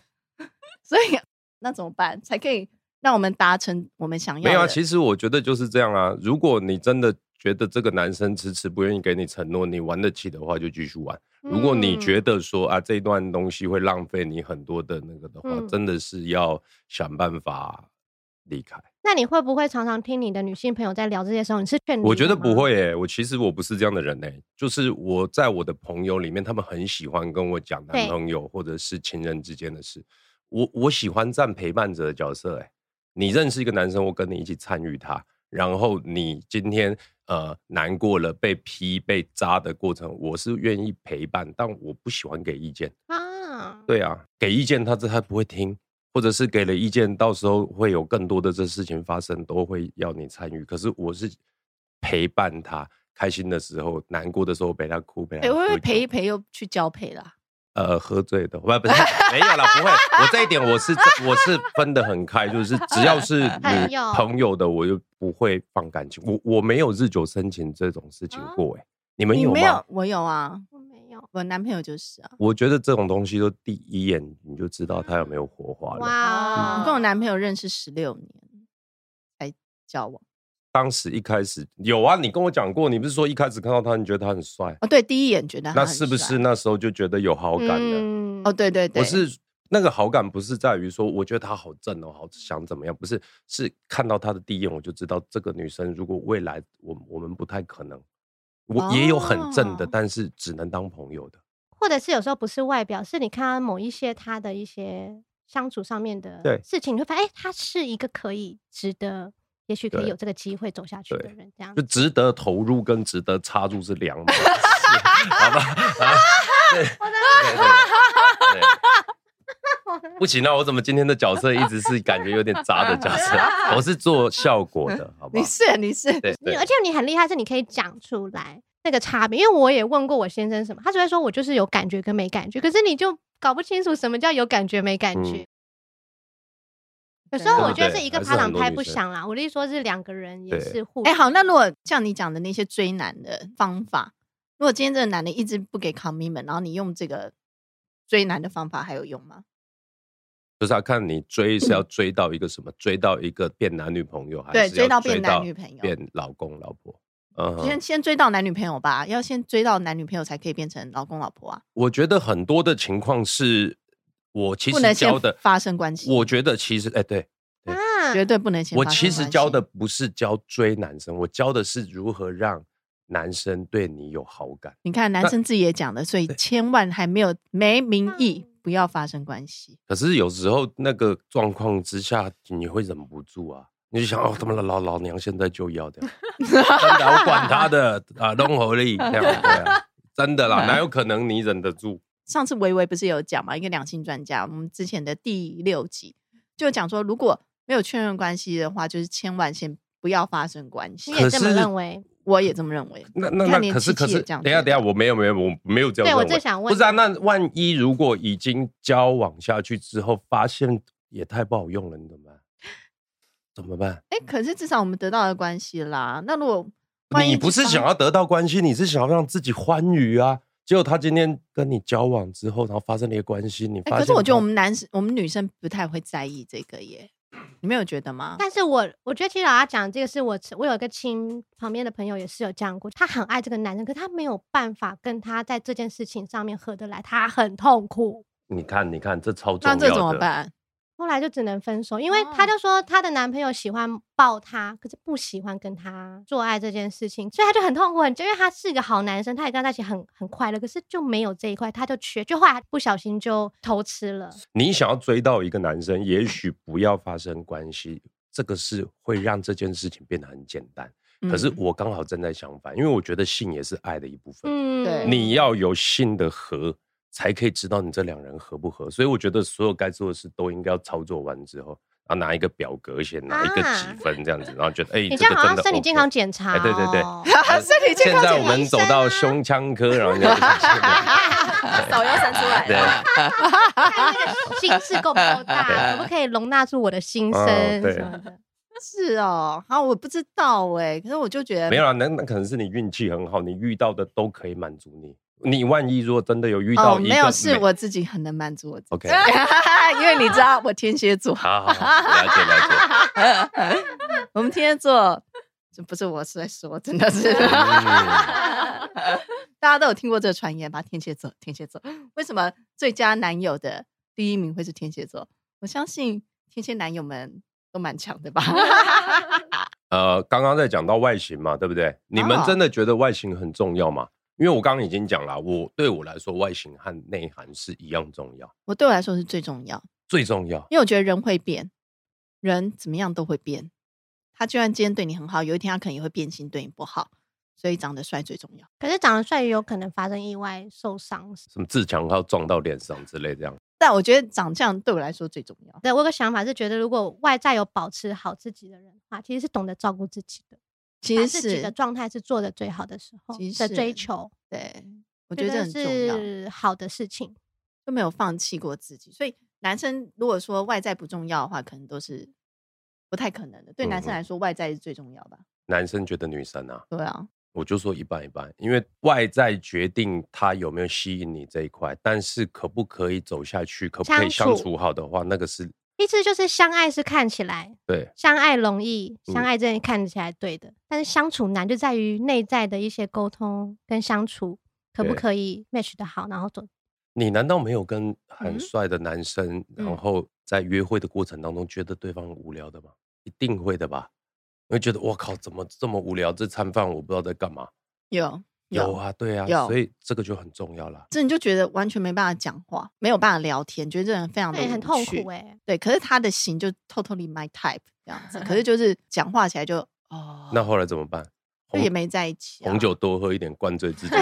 Speaker 1: 所以那怎么办才可以让我们达成我们想要的？
Speaker 4: 没有啊，其实我觉得就是这样啊。如果你真的觉得这个男生迟迟不愿意给你承诺，你玩得起的话就继续玩。
Speaker 2: 嗯
Speaker 4: 如果你觉得说啊这一段东西会浪费你很多的那个的话，
Speaker 2: 嗯
Speaker 4: 真的是要想办法离开。
Speaker 2: 那你会不会常常听你的女性朋友在聊这些时候，你是劝？
Speaker 4: 我觉得不。会耶、我其实我不是这样的人呢、欸就是我在我的朋友里面，他们很喜欢跟我讲
Speaker 2: 对
Speaker 4: 男朋友或者是情人之间的事。我我喜欢站陪伴者的角色、欸，你认识一个男生，我跟你一起参与他，然后你今天呃难过了、被劈、被扎的过程，我是愿意陪伴，但我不喜欢给意见。
Speaker 2: 啊，
Speaker 4: 对啊，给意见他这他不会听，或者是给了意见，到时候会有更多的这事情发生，都会要你参与。可是我是陪伴他，开心的时候、难过的时候陪他哭，陪他
Speaker 1: 哎，会不
Speaker 4: 喝
Speaker 1: 会
Speaker 4: 酒
Speaker 1: 陪一陪又去交配啦？
Speaker 4: 呃喝醉的，不不是没有啦，不会，我这一点我是我是分得很开，就是只 要是
Speaker 2: 朋
Speaker 4: 女
Speaker 2: 友
Speaker 4: 朋友的，我就不会放感情，我我没有日久生情这种事情过哎、你
Speaker 1: 啊
Speaker 4: 们
Speaker 1: 你
Speaker 4: 有
Speaker 1: 没有
Speaker 4: 吗？，
Speaker 1: 我有啊，
Speaker 2: 我没有。
Speaker 1: 我男朋友就是啊，
Speaker 4: 我觉得这种东西都第一眼你就知道他有没有火花
Speaker 3: 嗯
Speaker 4: 了。
Speaker 2: 哇
Speaker 1: 我
Speaker 2: 哦，
Speaker 1: 跟我男朋友认识十六年才交往。
Speaker 4: 当时一开始有啊，你跟我讲过，你不是说一开始看到他你觉得他很帅，
Speaker 1: 哦，对，第一眼觉得他
Speaker 4: 那
Speaker 1: 很
Speaker 4: 是不
Speaker 1: 帅
Speaker 4: 是？那时候就觉得有好感了？
Speaker 2: 嗯
Speaker 1: 哦，对对对，
Speaker 4: 我是那个好感不是在于说我觉得她好正哦，好想怎么样，不是是看到她的第一眼我就知道这个女生如果未来我我们不太可能，我也有很正的，
Speaker 1: 哦
Speaker 4: 但是只能当朋友的。
Speaker 2: 或者是有时候不是外表，是你看到某一些他的一些相处上面
Speaker 4: 对
Speaker 2: 的事情，你会发现，哎、他是一个可以值得，也许可以
Speaker 4: 对
Speaker 2: 有这个机会走下去的
Speaker 4: 对
Speaker 2: 人，这样
Speaker 4: 就。值得投入跟值得插入是两码事，好吧？啊，对对对对，不行啊！我怎么今天的角色一直是感觉有点渣的角 色？我是做效果的，好不
Speaker 1: 你
Speaker 4: 好？
Speaker 1: 是你是
Speaker 4: 对
Speaker 2: 你
Speaker 4: 对
Speaker 2: 而且你很厉害，是你可以讲出来那个差别。因为我也问过我先生什么，他只会说我就是有感觉跟没感觉，可是你就搞不清楚什么叫有感觉没感
Speaker 4: 嗯
Speaker 2: 觉。有时候我
Speaker 4: 对
Speaker 2: 觉得
Speaker 4: 对
Speaker 2: 是一个
Speaker 4: 还是
Speaker 2: 拍
Speaker 4: 很
Speaker 2: 两
Speaker 4: 多
Speaker 2: 拍
Speaker 4: 女
Speaker 2: 不
Speaker 4: 生
Speaker 2: 响啦，我的意思说是两个人也
Speaker 4: 对
Speaker 2: 是互
Speaker 1: 哎、好，那如果像你讲的那些追男的方法，如果今天这个男的一直不给 commitment，然后你用这个追男的方法还有用吗？
Speaker 4: 就是要看你追是要追到一个什么，追到一个变男女朋友，还是
Speaker 1: 对
Speaker 4: 要
Speaker 1: 追
Speaker 4: 追
Speaker 1: 到
Speaker 4: 到
Speaker 1: 变男女朋友
Speaker 4: 变老公老婆。嗯哼，
Speaker 1: 先先追到男女朋友吧，要先追到男女朋友才可以变成老公老婆啊，
Speaker 4: 我觉得很多的情况是我其
Speaker 1: 不能
Speaker 4: 实
Speaker 1: 先
Speaker 4: 教的，
Speaker 1: 发生关系，
Speaker 4: 我觉得其实哎、对，
Speaker 2: 啊，
Speaker 1: 绝对不能先发
Speaker 4: 我
Speaker 1: 生关系。
Speaker 4: 其实教的不是教追男生，我教的是如何让男生对你有好感。
Speaker 1: 你看男
Speaker 4: 那
Speaker 1: 生自己也讲的，所以千万还没有没名义
Speaker 2: 嗯
Speaker 1: 不要发生关系。
Speaker 4: 可是有时候那个状况之下，你会忍不住啊，你就想哦，他妈的老老娘现在就要这 样，真的我管他的啊，弄合力这样对 啊，真的
Speaker 1: 嗯
Speaker 4: 啦，哪有可能你忍得住？
Speaker 1: 上次维维不是有讲嘛，一个两性专家，我们之前的第六集就讲说，如果没有确认关系的话，就是千万先不要发生关系
Speaker 2: 你。也
Speaker 4: 可
Speaker 2: 这么
Speaker 4: 是
Speaker 2: 认为？
Speaker 1: 我也这么认为。
Speaker 4: 那那
Speaker 1: 你看连
Speaker 4: 那可是
Speaker 1: 七七
Speaker 4: 可
Speaker 1: 也
Speaker 4: 是，
Speaker 1: 这样
Speaker 4: 等一下
Speaker 1: 觉得
Speaker 4: 等一下，我没有没有我没有这样
Speaker 2: 对
Speaker 4: 认
Speaker 2: 我
Speaker 4: 为。
Speaker 2: 正想问，
Speaker 4: 不是啊，那万一如果已经交往下去之后，发现也太不好用了，你怎么办？怎么办？
Speaker 1: 哎、可是至少我们得到了关系啦。那如果万一
Speaker 4: 你不是想要得到关系，你是想要让自己欢愉啊。结果他今天跟你交往之后，然后发生了一个关系，你
Speaker 1: 哎、
Speaker 4: 发现、
Speaker 1: 可是我觉得我们男生、我们女生不太会在意这个耶，你没有觉得吗？
Speaker 2: 但是我我觉得其实老他讲这个是我我有一个亲旁边的朋友也是有这样过，他很爱这个男人，可他没有办法跟他在这件事情上面合得来，他很痛苦。
Speaker 4: 你看，你看，这超重
Speaker 1: 那
Speaker 4: 要的。
Speaker 1: 这怎么办？
Speaker 2: 后来就只能分手，因为她就说她的男朋友喜欢抱她，可是不喜欢跟她做爱这件事情，所以她就很痛苦。很因为他是一个好男生，他也跟他在一起很很快乐，可是就没有这一块，他就缺，就后来不小心就偷吃了。
Speaker 4: 你想要追到一个男生，也许不要发生关系，这个是会让这件事情变得很简单。可是
Speaker 1: 嗯
Speaker 4: 我刚好正在相反，因为我觉得性也是爱的一部分。
Speaker 2: 嗯，
Speaker 1: 对
Speaker 4: 你要有性的合，才可以知道你这两人合不合。所以我觉得所有该做的事都应该要操作完之后，然后拿一个表格写拿一个
Speaker 2: 啊
Speaker 4: 几分这样子，然后觉得哎、
Speaker 2: 你这
Speaker 4: 这
Speaker 2: 样
Speaker 4: 个
Speaker 2: 好
Speaker 4: 真
Speaker 2: 像
Speaker 4: 的
Speaker 2: 身体健康
Speaker 4: OK
Speaker 2: 检查、哦
Speaker 4: 哎对对对
Speaker 1: 啊身体健
Speaker 4: 现
Speaker 1: 康
Speaker 4: 在
Speaker 1: 检
Speaker 4: 我们走到胸腔科，然后人家就
Speaker 3: 手又伸出来
Speaker 4: 对
Speaker 3: 了。
Speaker 1: 啊
Speaker 2: 看那个心事够不够大，可不可以容纳住我的心声
Speaker 4: 嗯对
Speaker 2: 什么的。
Speaker 1: 是哦，好，我不知道哎，可是我就觉得
Speaker 4: 没有啦，那那可能是你运气很好，你遇到的都可以满足你。你万一如果真的有遇
Speaker 1: 哦，
Speaker 4: 到一个
Speaker 1: 没有，是
Speaker 4: 美
Speaker 1: 我自己很能满足我自己
Speaker 4: OK，
Speaker 1: 因为你知道我天蝎座，
Speaker 4: 好好好，了解了解。
Speaker 1: 我们天蝎座，这不是我是在说，真的是。
Speaker 4: 嗯
Speaker 1: 大家都有听过这个传言吧？天蝎座，天蝎座，为什么最佳男友的第一名会是天蝎座？我相信天蝎男友们都蛮强的吧？
Speaker 4: 呃，刚刚在讲到外形嘛，对不对？你们
Speaker 2: 啊
Speaker 4: 真的觉得外形很重要吗？因为我刚刚已经讲了，啊我对我来说，外形和内涵是一样重要，
Speaker 1: 我对我来说是最重要，
Speaker 4: 最重要。
Speaker 1: 因为我觉得人会变，人怎么样都会变。他就算今天对你很好，有一天他可能也会变心对你不好，所以长得帅最重要。
Speaker 2: 可是长得帅也有可能发生意外受伤。
Speaker 4: 什么自强号撞到脸上之类这样。
Speaker 1: 但我觉得长相对我来说最重要。
Speaker 2: 对我有个想法是，觉得如果外在有保持好自己的人的话，其实是懂得照顾自己的，
Speaker 1: 其
Speaker 2: 把
Speaker 1: 实
Speaker 2: 自己的
Speaker 1: 是
Speaker 2: 状态是做的最好的时候
Speaker 1: 其
Speaker 2: 的
Speaker 1: 实
Speaker 2: 追
Speaker 1: 是
Speaker 2: 求，
Speaker 1: 对，我
Speaker 2: 我
Speaker 1: 觉得这很重要。
Speaker 2: 是好的事情。
Speaker 1: 都没有放弃过自己。所以男生如果说外在不重要的话，可能都是不太可能的。对男生来说，外在是最重要吧？
Speaker 4: 男生觉得女生啊，
Speaker 1: 对啊，
Speaker 4: 我就说一半一半，因为外在决定他有没有吸引你这一块，但是可不可以走下去，可不可以
Speaker 2: 相处
Speaker 4: 相处好的话，那个是
Speaker 2: 意思就是相爱是看起来，
Speaker 4: 对。
Speaker 2: 相爱容易，
Speaker 4: 嗯
Speaker 2: 相爱真的看起来对的，但是相处难就在于内在的一些沟通跟相处，可不
Speaker 4: 对
Speaker 2: 可以 match 的好，然后走。
Speaker 4: 你难道没有跟
Speaker 1: 嗯
Speaker 4: 很帅的男生，然后在约会的过程当中觉得对方无聊的吗？一定会的吧。你会觉得我靠，怎么这么无聊？这餐饭我不知道在干嘛。
Speaker 1: 有
Speaker 4: 有，啊，对啊，
Speaker 1: 有
Speaker 4: 所以这个就很重要啦。
Speaker 1: 这你就觉得完全没办法讲话，没有办法聊天，觉得这人非常的
Speaker 2: 对，很痛
Speaker 1: 哎。
Speaker 2: 苦哎、
Speaker 1: 对，可是他的型就 totally my type 这样子，可 是就是讲话起来就哦，
Speaker 4: 那后来怎么办？
Speaker 1: 就也没在一起、啊，
Speaker 4: 红酒多喝一点，灌醉自己。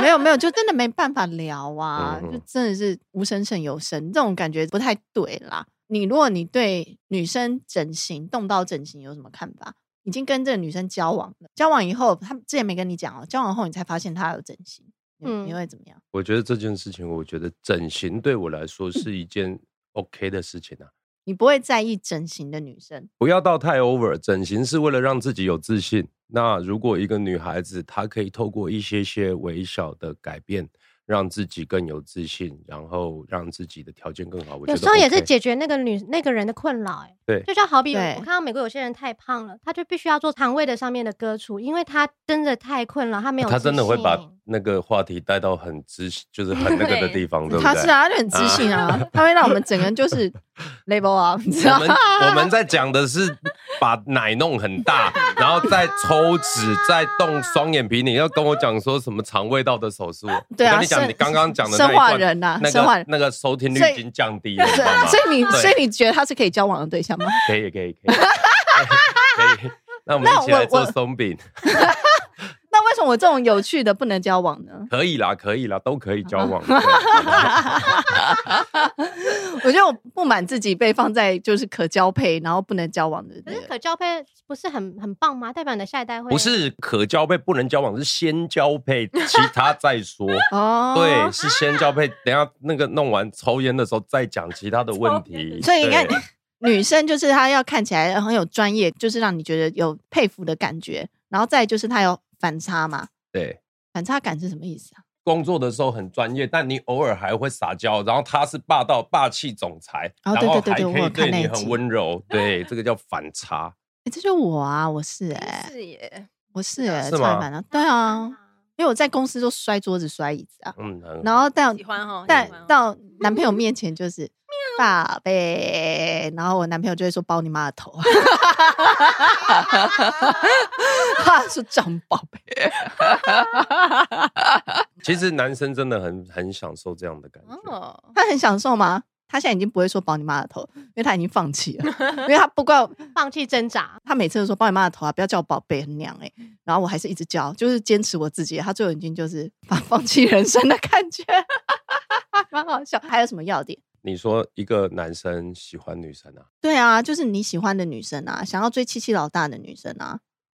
Speaker 1: 没有没有，就真的没办法聊啊，
Speaker 4: 嗯嗯
Speaker 1: 就真的是无声胜有声，这种感觉不太对啦。你如果你对女生整形动刀整形有什么看法？已经跟这个女生交往了，交往以后，她之前没跟你讲哦，交往后你才发现她有整形，你
Speaker 2: 嗯
Speaker 1: 你会怎么样？
Speaker 4: 我觉得这件事情，我觉得整形对我来说是一件 OK 的事情啊。
Speaker 1: 你不会在意整形的女生，
Speaker 4: 不要到太 over，整形是为了让自己有自信。那如果一个女孩子，她可以透过一些些微小的改变，让自己更有自信，然后让自己的条件更好，我觉
Speaker 2: 有
Speaker 4: 得、
Speaker 2: 时候也是。解决那个女那个人的困扰、哎，
Speaker 4: 对
Speaker 2: 就像好比我
Speaker 1: 对
Speaker 2: 看到美国有些人太胖了，他就必须要做肠胃的上面的割除，因为他真的太困扰，他没有
Speaker 4: 哦她真的会
Speaker 2: 自
Speaker 4: 把
Speaker 2: 信欸
Speaker 4: 那个话题带到 很知，就是很那个的地方，对不
Speaker 1: 她是
Speaker 4: 对？
Speaker 1: 啊，她就很自信啊， 她会让我们整个人就是 label 啊，你知
Speaker 4: 我
Speaker 1: 道
Speaker 4: 们我们在讲的是把奶弄很 大，然后再抽脂，再动双眼皮。你要跟我讲说什么肠胃道的手术？
Speaker 1: 对啊
Speaker 4: 我跟你讲，
Speaker 1: 生
Speaker 4: 你刚刚讲的那
Speaker 1: 生
Speaker 4: 一
Speaker 1: 化
Speaker 4: 段
Speaker 1: 人呐
Speaker 4: 那
Speaker 1: 啊生化人
Speaker 4: 个那个收听率
Speaker 1: 所以
Speaker 4: 已经降低了，你知道吗？
Speaker 1: 所以你
Speaker 4: 对
Speaker 1: 所以你觉得她是可以交往的对象吗？
Speaker 4: 可以可以可以 可以，那我们
Speaker 1: 那
Speaker 4: 一起来
Speaker 1: 我
Speaker 4: 做
Speaker 1: 我
Speaker 4: 松饼，
Speaker 1: 那为什么我这种有趣的不能交往呢？
Speaker 4: 可以啦，可以啦，都可以 交往。对
Speaker 1: 我觉得我不满自己被放在就是可交配，然后不能交往的
Speaker 2: 可
Speaker 1: 那
Speaker 2: 是
Speaker 1: 个。
Speaker 2: 可交配不是很很棒吗？代表你的下一代会
Speaker 4: 不是可交配不能交往，是先交配，其他再说。
Speaker 1: 哦
Speaker 4: 对，，是先交配，等一下那个弄完抽烟的时候再讲其他的问题。
Speaker 1: 所以你看
Speaker 4: 对，
Speaker 1: 女生就是她要看起来很有专业，就是让你觉得有佩服的感觉，然后再就是她有反差嘛。
Speaker 4: 对，
Speaker 1: 反差感是什么意思啊？
Speaker 4: 工作的时候很专业，但你偶尔还会撒娇，然后他是霸道霸气总裁，
Speaker 1: 哦
Speaker 4: 然后
Speaker 1: 对对对
Speaker 4: 还
Speaker 1: 对
Speaker 4: 可
Speaker 1: 我
Speaker 4: 以
Speaker 1: 有看
Speaker 4: 对
Speaker 1: 那一
Speaker 4: 你
Speaker 1: 集
Speaker 4: 很温柔，对，这个叫反差。
Speaker 1: 哎，这就是我啊，我是哎、
Speaker 3: 是耶，
Speaker 1: 我是哎、超
Speaker 4: 是吗
Speaker 1: 反差。对啊，因为我在公司就摔桌子、摔椅子啊，
Speaker 4: 嗯，很
Speaker 1: 然后到
Speaker 3: 喜欢哦，
Speaker 1: 但
Speaker 3: 喜欢哦
Speaker 1: 到男朋友面前就是宝贝，然后我男朋友就会说包你妈的头， 他说叫我们宝贝，
Speaker 4: 其实男生真的很很享受这样的感觉。
Speaker 3: 哦，
Speaker 1: 他很享受吗？他现在已经不会说包你妈的头，因为他已经放弃了， 因为他不管
Speaker 2: 放弃挣扎，
Speaker 1: 他每次都说包你妈的头啊，不要叫我宝贝，很娘哎、然后我还是一直叫，就是坚持我自己，他最后已经就是把放弃人生的感觉， 蛮好笑。还有什么要点？
Speaker 4: 你说一个男生喜欢女生啊，
Speaker 1: 对啊，就是你喜欢的女生啊，想要追七七老大的女生啊，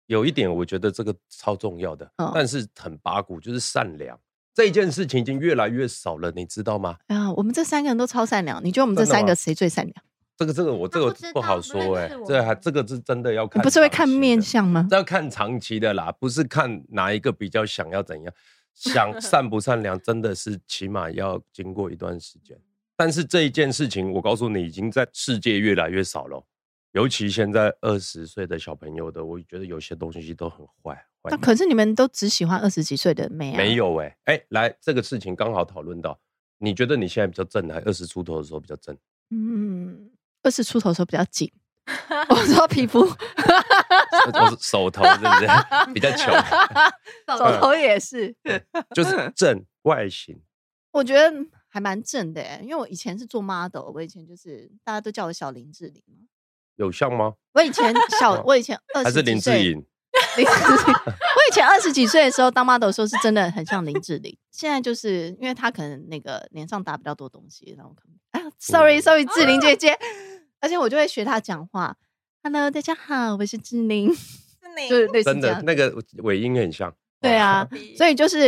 Speaker 4: 有一点我觉得这个超重要的，
Speaker 1: 嗯
Speaker 4: 但是很八股，就是善良这一件事情已经越来越少了，你知道吗？
Speaker 1: 哎呀，我们这三个人都超善良，你觉得我们这
Speaker 4: 真的
Speaker 1: 三个
Speaker 4: 吗
Speaker 1: 谁最善良？
Speaker 4: 这个这个我这
Speaker 2: 不知道
Speaker 4: 个不好
Speaker 2: 不
Speaker 4: 说哎、
Speaker 2: 认识我
Speaker 4: 这还这个是真的要看，
Speaker 1: 你不是会看面，相吗
Speaker 4: 这？要看长期的啦，不是看哪一个比较想要怎样， 想善不善良真的是起码要经过一段时间。但是这一件事情，我告诉你，已经在世界越来越少了，尤其现在二十岁的小朋友的，我觉得有些东西都很坏。坏
Speaker 1: 那可是你们都只喜欢二十几岁的妹啊？
Speaker 4: 没，有哎、哎、来这个事情刚好讨论到，你觉得你现在比较正，还二十出头的时候比较正？
Speaker 1: 嗯，二十出头的时候比较紧。我说皮 肤，
Speaker 4: 我是手头是不是 比较穷？嗯
Speaker 1: 手头也是，
Speaker 4: 就是正外形，
Speaker 1: 我觉得还蛮正的欸因为我以前是做 model，我以前就是大家都叫我小林志玲嘛。
Speaker 4: 有像吗？
Speaker 1: 我以前小，
Speaker 4: 哦
Speaker 1: 我以前 二
Speaker 4: 还
Speaker 1: 十
Speaker 4: 是
Speaker 1: 几
Speaker 4: 林志
Speaker 1: 岁，
Speaker 4: 颖？
Speaker 1: 林志玲。 我以前二十几岁的时候当 model 的时候是真的很像林志玲，现在就是因为她可能那个脸上打比较多东西，然后可能哎
Speaker 4: 哦
Speaker 1: 呀，sorry sorry，志玲姐姐，而且我就会学她讲话，Hello，大家好，我是志 玲，
Speaker 3: 是你
Speaker 1: 就是类似
Speaker 4: 真
Speaker 1: 这
Speaker 4: 的
Speaker 1: 样，
Speaker 4: 那个尾音很像。哦
Speaker 1: 对啊，所
Speaker 3: 以
Speaker 1: 以就是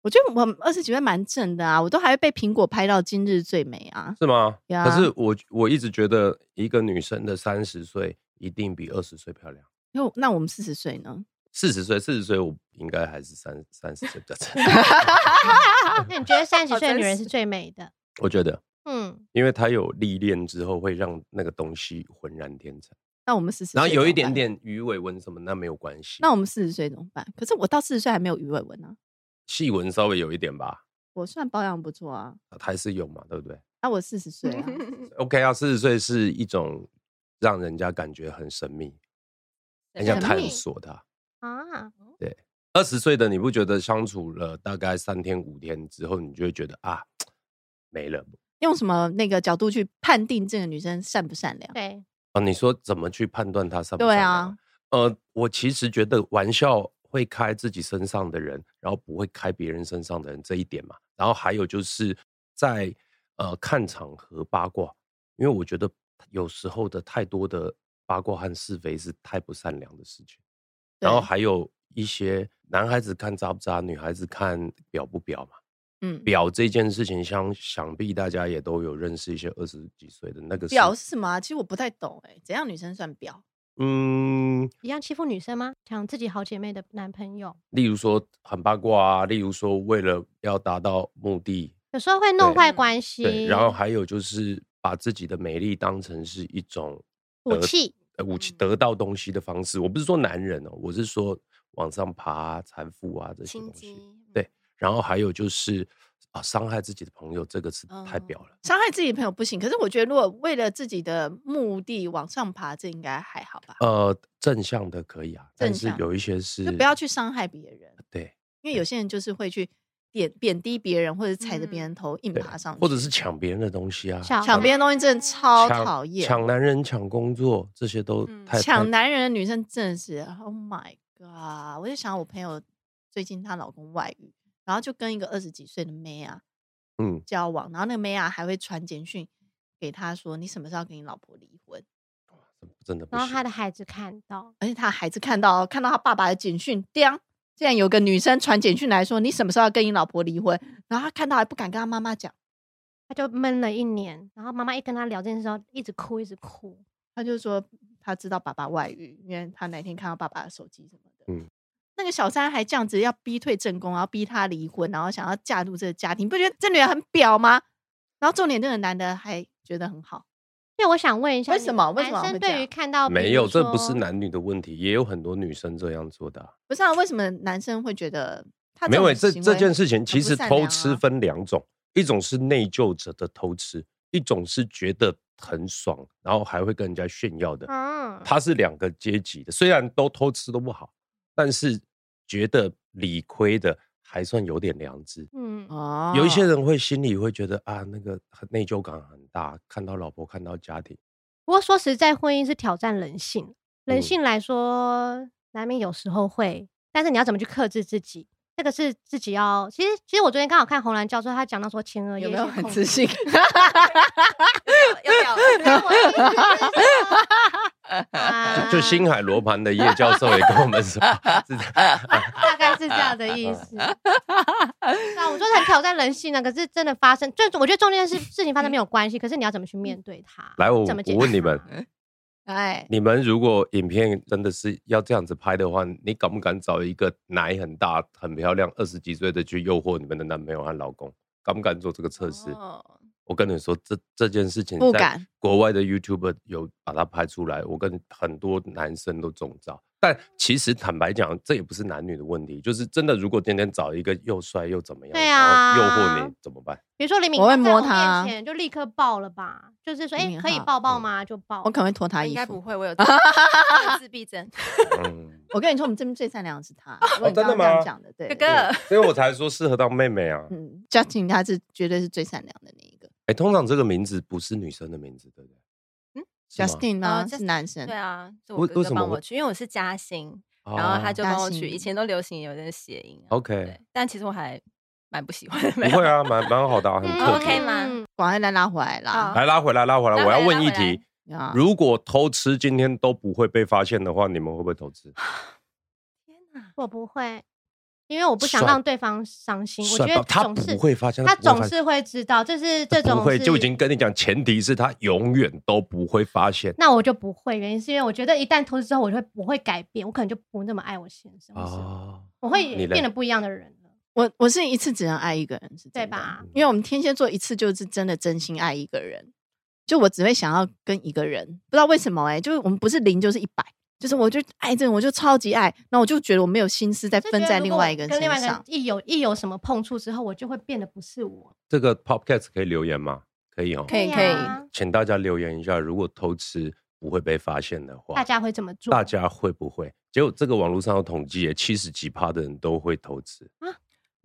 Speaker 1: 我觉得我二十几岁蛮正的啊，我都还会被苹果拍到今日最美啊。
Speaker 4: 是吗？
Speaker 1: 呀
Speaker 4: 可是我我一直觉得一个女生的三十岁一定比二十岁漂亮。
Speaker 1: 因为那我们四十岁呢？
Speaker 4: 四十岁，四十岁我应该还是三三十岁比较正，
Speaker 2: 那你觉得三十
Speaker 1: 好
Speaker 2: 岁的
Speaker 1: 真
Speaker 2: 女人
Speaker 1: 实
Speaker 2: 是最美的？
Speaker 4: 我觉得，
Speaker 2: 嗯，
Speaker 4: 因为她有历练之后，会让那个东西浑然天成。
Speaker 1: 那我们四十，
Speaker 4: 然后有一点。点鱼尾纹什么，那没有关系。
Speaker 1: 那我们四十岁怎么办？可是我到四十岁还没有鱼尾纹啊，
Speaker 4: 细纹稍微有一点吧，
Speaker 1: 我算保养不错啊。
Speaker 4: 还是有嘛，对不对
Speaker 1: 那、我四十岁啊，
Speaker 4: ？OK 啊，四十岁是一种让人家感觉很神秘，很想
Speaker 1: 神
Speaker 4: 探
Speaker 1: 秘
Speaker 4: 索它。
Speaker 2: 啊，
Speaker 4: 二十岁的你不觉得相处了大概三天五天之后，你就会觉得啊，没了
Speaker 1: 用什么那个角度去判定这个女生善不善良？
Speaker 2: 对，
Speaker 4: 啊？你说怎么去判断他上不
Speaker 1: 对
Speaker 4: 上
Speaker 1: 啊
Speaker 4: 梁？呃，我其实觉得玩笑会开自己身上的人，然后不会开别人身上的人这一点嘛。然后还有就是在呃看场合八卦，因为我觉得有时候的太多的八卦和是非是太不善良的事情。然后
Speaker 1: 对
Speaker 4: 还有一些男孩子看渣不渣，女孩子看表不表嘛。
Speaker 1: 嗯，
Speaker 4: 表这件事情相，想必大家也都有认识一些二十几岁的那个是
Speaker 1: 表是什么、啊？其实我不太懂哎、怎样女生算表？
Speaker 4: 嗯，
Speaker 2: 一样欺负女生吗？抢自己好姐妹的男朋友，
Speaker 4: 例如说很八卦啊，例如说为了要达到目的，
Speaker 2: 有时候会弄
Speaker 4: 对
Speaker 2: 坏关系。
Speaker 4: 对，然
Speaker 1: 嗯
Speaker 4: 后还有就是把自己的美丽当成是一种
Speaker 2: 武
Speaker 4: 得
Speaker 2: 器，
Speaker 4: 呃武器
Speaker 1: 嗯
Speaker 4: 得到东西的方式。我不是说男人哦，我是说往上爬、啊、财富啊这些
Speaker 3: 心
Speaker 4: 东西。
Speaker 3: 机，
Speaker 4: 对然后还有就是啊，伤害自己的朋友，这个是太
Speaker 3: 嗯
Speaker 4: 表了。
Speaker 1: 伤害自己的朋友不行，可是我觉得如果为了自己的目的往上爬，这应该还好吧？
Speaker 4: 呃，正向的可以啊，但
Speaker 1: 正
Speaker 4: 是
Speaker 1: 向
Speaker 4: 有一些是
Speaker 1: 就不要去伤害别人，
Speaker 4: 对
Speaker 1: 因为有些人就是会去贬贬低别人，或者踩着别人头硬
Speaker 4: 对
Speaker 1: 爬上去，
Speaker 4: 或者是抢别人的东西啊，
Speaker 2: 小
Speaker 1: 抢别人东西真的超
Speaker 4: 抢
Speaker 1: 讨厌，
Speaker 4: 抢男人、抢工作，这些都
Speaker 3: 嗯
Speaker 4: 太太
Speaker 1: 抢男人的女生真的是，Oh my god！我就想我朋友最近她老公外遇，然后就跟一个二十几岁的妹啊
Speaker 4: 嗯，
Speaker 1: 交往，然后那个妹啊还会传简讯给他说你什么时候要跟你老婆离婚，
Speaker 4: 真的不
Speaker 2: 然后他
Speaker 4: 行。
Speaker 2: 的孩子看到，
Speaker 1: 而且他孩子看到看到他爸爸的简讯，叮，竟然有个女生传简讯来说你什么时候要跟你老婆离婚，然后他看到还不敢跟他妈妈讲，
Speaker 2: 他就闷了一年。然后妈妈一跟他聊这件事的时候，一直哭，一直哭。
Speaker 1: 他就说他知道爸爸外遇，因为他哪天看到爸爸的手机什么的。
Speaker 4: 嗯
Speaker 1: 那个小三还这样子要逼退正宫，然后逼他离婚，然后想要嫁入这个家庭，不觉得这女人很婊吗？然后重点，这个男的还觉得很好，
Speaker 2: 因为我想问一下
Speaker 1: 为
Speaker 2: 你
Speaker 1: 什
Speaker 2: 们
Speaker 1: 么为什么
Speaker 2: 男
Speaker 1: 会
Speaker 2: 生
Speaker 1: 这
Speaker 2: 对于
Speaker 1: 样
Speaker 2: 看到
Speaker 4: 没有，这不是
Speaker 2: 男。
Speaker 4: 男女的问题，也有很多女生这样做的啊、
Speaker 1: 不是啊？为什么男生会觉得他
Speaker 4: 没有，
Speaker 1: 种
Speaker 4: 这
Speaker 1: 行
Speaker 4: 这
Speaker 1: 为
Speaker 4: 件事情
Speaker 1: 很
Speaker 4: 其
Speaker 1: 不
Speaker 4: 实
Speaker 1: 善
Speaker 4: 偷
Speaker 1: 良
Speaker 4: 吃
Speaker 1: 啊
Speaker 4: 分两种，一种是内疚者的偷吃，一种是觉得很爽，然后还会跟人家炫耀的。
Speaker 2: 嗯，
Speaker 4: 它是两个阶级的，虽然都偷吃都不好，但是觉得理亏的还算有点良知。
Speaker 2: 嗯，
Speaker 1: 哦，
Speaker 4: 有一些人会心里会觉得啊，那个很内疚感很大，看到老婆，看到家庭，
Speaker 2: 不过说实在，婚姻是挑战人性，人
Speaker 4: 嗯
Speaker 2: 性来说难免有时候会，但是你要怎么去克制自己，这个是自己要。其实，其实我昨天刚好看红蓝教授，他讲到说前额
Speaker 1: 有
Speaker 2: 叶
Speaker 1: 没有
Speaker 2: 是
Speaker 1: 很
Speaker 2: 控
Speaker 1: 自
Speaker 2: 制
Speaker 1: 信？
Speaker 3: 要要表
Speaker 2: 啊
Speaker 4: 就就星海罗盘的叶教授也跟我们说，是的
Speaker 2: 大概是这样的意 思。对啊，我说很挑战人性啊，可是真的发生，就是我觉得重点是事情发生没有关系，可是你要怎么去面对它？
Speaker 4: 来我
Speaker 2: 怎么解
Speaker 4: 我问你
Speaker 2: 它
Speaker 4: 们
Speaker 1: 哎，
Speaker 4: 你们如果影片真的是要这样子拍的话，你敢不敢找一个奶很大、很漂亮、二十几岁的去诱惑你们的男朋友和老公？敢不敢做这个测试？
Speaker 3: 哦
Speaker 4: 我跟你说，这这件事情
Speaker 1: 不
Speaker 4: 在
Speaker 1: 敢
Speaker 4: 国外的 YouTuber 有把它拍出来，我跟很多男生都中招。但其实坦白讲，这也不是男女的问题，就是真的，如果今天找一个又帅又怎么样，
Speaker 2: 对
Speaker 4: 然后
Speaker 2: 啊
Speaker 4: 诱惑你怎么办？
Speaker 2: 比如说李敏
Speaker 1: 我会
Speaker 2: 镐在
Speaker 1: 摸
Speaker 2: 我
Speaker 1: 他
Speaker 2: 面前就立刻抱了吧，就是说，
Speaker 1: 李
Speaker 2: 哎，
Speaker 1: 敏
Speaker 2: 可以
Speaker 1: 镐
Speaker 2: 抱抱
Speaker 4: 嗯
Speaker 2: 吗？就抱。
Speaker 1: 哦我可能会脱他
Speaker 3: 应
Speaker 1: 衣
Speaker 3: 该不
Speaker 1: 服。
Speaker 3: 会，我有我有自闭症。
Speaker 4: 嗯，
Speaker 1: 我跟你说，我们这边最善良的是 他，如果你
Speaker 4: 哦真的
Speaker 1: 刚刚这样
Speaker 4: 吗
Speaker 1: 讲的，对
Speaker 3: 哥
Speaker 1: 对
Speaker 3: 哥，
Speaker 4: 所以我才说适合当妹妹啊。哎、哎
Speaker 1: 嗯，Justin 他是绝对是最善良的那一个
Speaker 4: 通常这个名字不是女生的名字，对不对？
Speaker 3: 嗯
Speaker 4: 是吗
Speaker 1: ，Justin
Speaker 3: 哦
Speaker 1: 呢
Speaker 3: ，Justin，
Speaker 1: 是男生
Speaker 3: 对，啊，是
Speaker 4: 为为
Speaker 3: 我哥
Speaker 4: 什
Speaker 3: 哥
Speaker 4: 么
Speaker 3: 帮
Speaker 4: 我
Speaker 3: 我取，因为我是嘉兴，然后他
Speaker 4: 哦
Speaker 3: 就
Speaker 1: 嘉
Speaker 3: 帮我取。
Speaker 1: 兴
Speaker 3: 以前都流行有点谐音啊，
Speaker 4: OK，
Speaker 3: 对，但其实我还蛮不喜欢的。
Speaker 4: 不会啊，蛮蛮好 的啊、很
Speaker 2: 嗯
Speaker 4: 特别。
Speaker 3: OK 吗
Speaker 2: 嗯
Speaker 1: 广安来拉回来啦
Speaker 3: 好。
Speaker 4: 来拉回来，拉回来，
Speaker 3: 拉回
Speaker 4: 我
Speaker 3: 来
Speaker 4: 要问
Speaker 3: 拉
Speaker 4: 一
Speaker 3: 回来
Speaker 4: 题：
Speaker 1: 啊，
Speaker 4: 如果偷吃今天都不会被发现的话，你们会不会偷吃？
Speaker 3: 天哪，
Speaker 2: 我不会，因为我不想
Speaker 4: 算
Speaker 2: 让对方伤心。我
Speaker 4: 算
Speaker 2: 觉得
Speaker 4: 吧他
Speaker 2: 总是
Speaker 4: 不会发现，
Speaker 2: 他
Speaker 4: 不会
Speaker 2: 总
Speaker 4: 发现
Speaker 2: 是会知道，就是这
Speaker 4: 不
Speaker 2: 种
Speaker 4: 会
Speaker 2: 是
Speaker 4: 就已经跟你讲，前提是他永远都不会发现。
Speaker 2: 那我就不会，原因是因为我觉得一旦投资之后，我就会我会改变，我可能就 不那么爱我先生，哦、
Speaker 4: 哦，
Speaker 2: 我
Speaker 4: 你嘞
Speaker 2: 会变得不一样的人了，
Speaker 1: 我我是一次只能爱一个人，是真的
Speaker 2: 对？吧？
Speaker 1: 因为我们天蝎座一次就是真的真心爱一个人，就我只会想要跟一个人，不知道为什么哎、就是我们不是零就是一百，就是我就爱这个人，我就超级爱，那我就觉得我没有心思再
Speaker 2: 就
Speaker 1: 分
Speaker 2: 觉得
Speaker 1: 在
Speaker 2: 如
Speaker 1: 另
Speaker 2: 果
Speaker 1: 外一个人
Speaker 2: 跟另外
Speaker 1: 身
Speaker 2: 一个人
Speaker 1: 上。
Speaker 2: 一有一有什么碰触之后，我就会变得不是我。
Speaker 4: 这个 podcast 可以留言吗？可以哦，
Speaker 1: 可以
Speaker 2: 对啊
Speaker 4: 请大家留言一下，如果偷吃不会被发现的话，
Speaker 2: 大家会怎么做？
Speaker 4: 大家会不会？结果这个网络上有统计，七十几趴的人都会偷吃。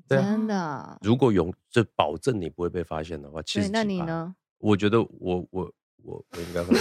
Speaker 4: 对啊
Speaker 1: 真的，
Speaker 4: 如果有，就保证你不会被发现的话，七
Speaker 1: 对，
Speaker 4: 十。
Speaker 1: 那你？ 呢？
Speaker 4: 我觉得我我我我应该会，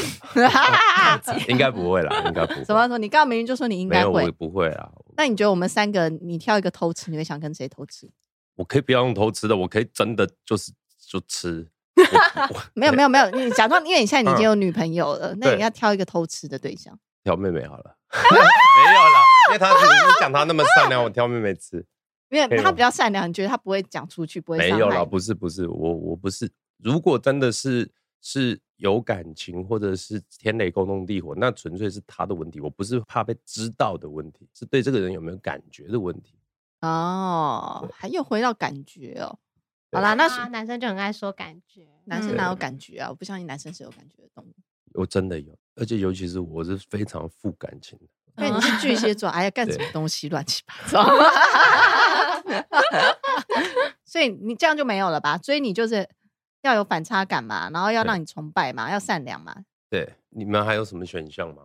Speaker 4: 应该不会啦，应该不会。
Speaker 1: 怎么说？你刚刚明明就说你应
Speaker 4: 没
Speaker 1: 该
Speaker 4: 有，
Speaker 1: 会
Speaker 4: 我，不会啦。
Speaker 1: 那你觉得我们三个，你挑一个偷吃，你会想跟谁偷吃？
Speaker 4: 我可以不要用偷吃的，我可以真的就是就 吃。我我
Speaker 1: 没有没有没有，你假装，因为你现在你已经
Speaker 4: 嗯
Speaker 1: 有女朋友了，那
Speaker 4: 对
Speaker 1: 你要挑一个偷吃的对象。
Speaker 4: 挑妹妹好了， 没有啦，因为她是你讲她那么善良，我挑妹妹吃。
Speaker 1: 因
Speaker 4: 可
Speaker 1: 为
Speaker 4: 以
Speaker 1: 他
Speaker 4: 吗
Speaker 1: 比较善良，你觉得他不会讲出去，不 会
Speaker 4: 没
Speaker 1: 伤
Speaker 4: 有
Speaker 1: 害
Speaker 4: 啦，
Speaker 1: 你
Speaker 4: 不是不是，我我不是。如果真的是是有感情，或者是天雷勾动地火，那纯粹是他的问题，我不是怕被知道的问题，是对这个人有没有感觉的问题。
Speaker 1: 哦，还又回到感觉哦。
Speaker 4: 对
Speaker 1: 好啦，那
Speaker 2: 啊
Speaker 1: 是
Speaker 2: 男生就很爱说感觉，
Speaker 1: 男生
Speaker 2: 嗯
Speaker 1: 哪有感觉啊？我不相信男生是有感觉的动物，
Speaker 4: 我真的有，而且尤其是我是非常负感情的，
Speaker 1: 因为你是巨蟹 座，哎呀，干什么
Speaker 4: 对
Speaker 1: 东西乱七八糟， 所以你这样就没有了吧？所以你就是要有反差感嘛，然后要
Speaker 4: 对
Speaker 1: 让你崇拜嘛，要善良嘛。
Speaker 4: 对，你们还有什么选项吗？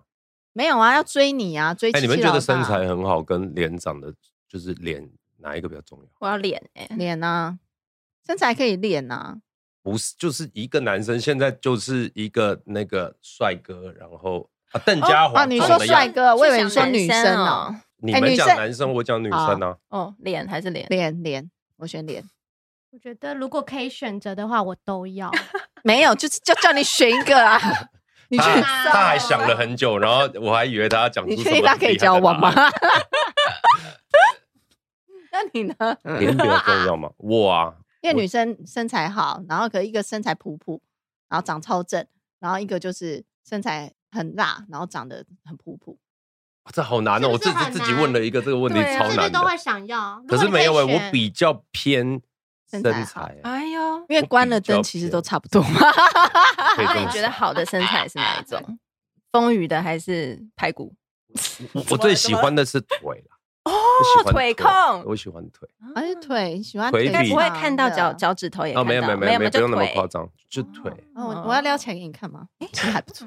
Speaker 1: 没有啊，要追你啊，追
Speaker 4: 哎、
Speaker 1: 七
Speaker 4: 你们
Speaker 1: 七
Speaker 4: 觉
Speaker 1: 老
Speaker 4: 得
Speaker 1: 大
Speaker 4: 身
Speaker 1: 啊
Speaker 4: 材很好跟脸长得就是脸哪一个比较重要？
Speaker 3: 我要脸哎、
Speaker 1: 脸啊，身材可以练啊，
Speaker 4: 不是，就是一个男生现在就是一个那个帅哥，然后啊，邓家华、
Speaker 1: 哦，你说帅，哥，我以为你说女生哦，
Speaker 4: 你
Speaker 1: 哎
Speaker 4: 们
Speaker 1: 女
Speaker 4: 讲
Speaker 1: 生
Speaker 4: 男生，我讲女生啊。
Speaker 3: 哦，脸还是脸？
Speaker 1: 脸脸，我选脸。
Speaker 2: 我觉得如果可以选择的话，我都 要。
Speaker 1: 没有，就是就叫你选一个 啊。你确
Speaker 4: 他
Speaker 2: 去
Speaker 4: 他
Speaker 2: 搜
Speaker 4: 还想了很久，然后我还以为他要讲出
Speaker 1: 你
Speaker 4: 什么。
Speaker 1: 确定他可以交往吗？？ 那你呢？
Speaker 4: 脸比较重要吗？我啊，
Speaker 1: 因为女生身材好，然后可一个身材普普，然后长超正，然后一个就是身材很辣，然后长得很普普。
Speaker 4: 这好难哦！我
Speaker 2: 是不是
Speaker 4: 自己
Speaker 2: 很
Speaker 4: 自己问了一个这个问题，
Speaker 3: 对啊
Speaker 4: 超
Speaker 2: 是不是
Speaker 4: 难
Speaker 2: 都会
Speaker 4: 的。
Speaker 2: 想要？
Speaker 4: 可是没有
Speaker 2: 哎、
Speaker 4: 哎，我比较偏身
Speaker 1: 身材
Speaker 4: 材哎，
Speaker 3: 哎呦，
Speaker 1: 因为关了灯，
Speaker 4: 我比较
Speaker 1: 其实
Speaker 4: 偏
Speaker 1: 都差不多嘛。
Speaker 4: 可以
Speaker 3: 那
Speaker 4: 这
Speaker 3: 你
Speaker 4: 么
Speaker 3: 觉得
Speaker 4: 说。
Speaker 3: 好的身材是哪一种？ 丰腴的还是排骨？
Speaker 4: 我我最喜欢的是腿啦，
Speaker 3: 哦
Speaker 4: 我喜欢
Speaker 3: 腿控
Speaker 4: 我喜哎欢腿。
Speaker 3: 哎
Speaker 1: 而且腿你喜欢
Speaker 4: 腿
Speaker 1: 腿
Speaker 4: 比
Speaker 3: 啊应该不会
Speaker 1: 长
Speaker 3: 看到
Speaker 1: 的
Speaker 3: 脚。脚趾头也
Speaker 4: 哦，
Speaker 3: 看
Speaker 4: 没有没
Speaker 3: 到
Speaker 4: 有没有没有，不
Speaker 3: 就
Speaker 4: 用那么
Speaker 3: 腿
Speaker 4: 夸张，就腿
Speaker 1: 哦，我我要撩起来给你看吗？其实还不错。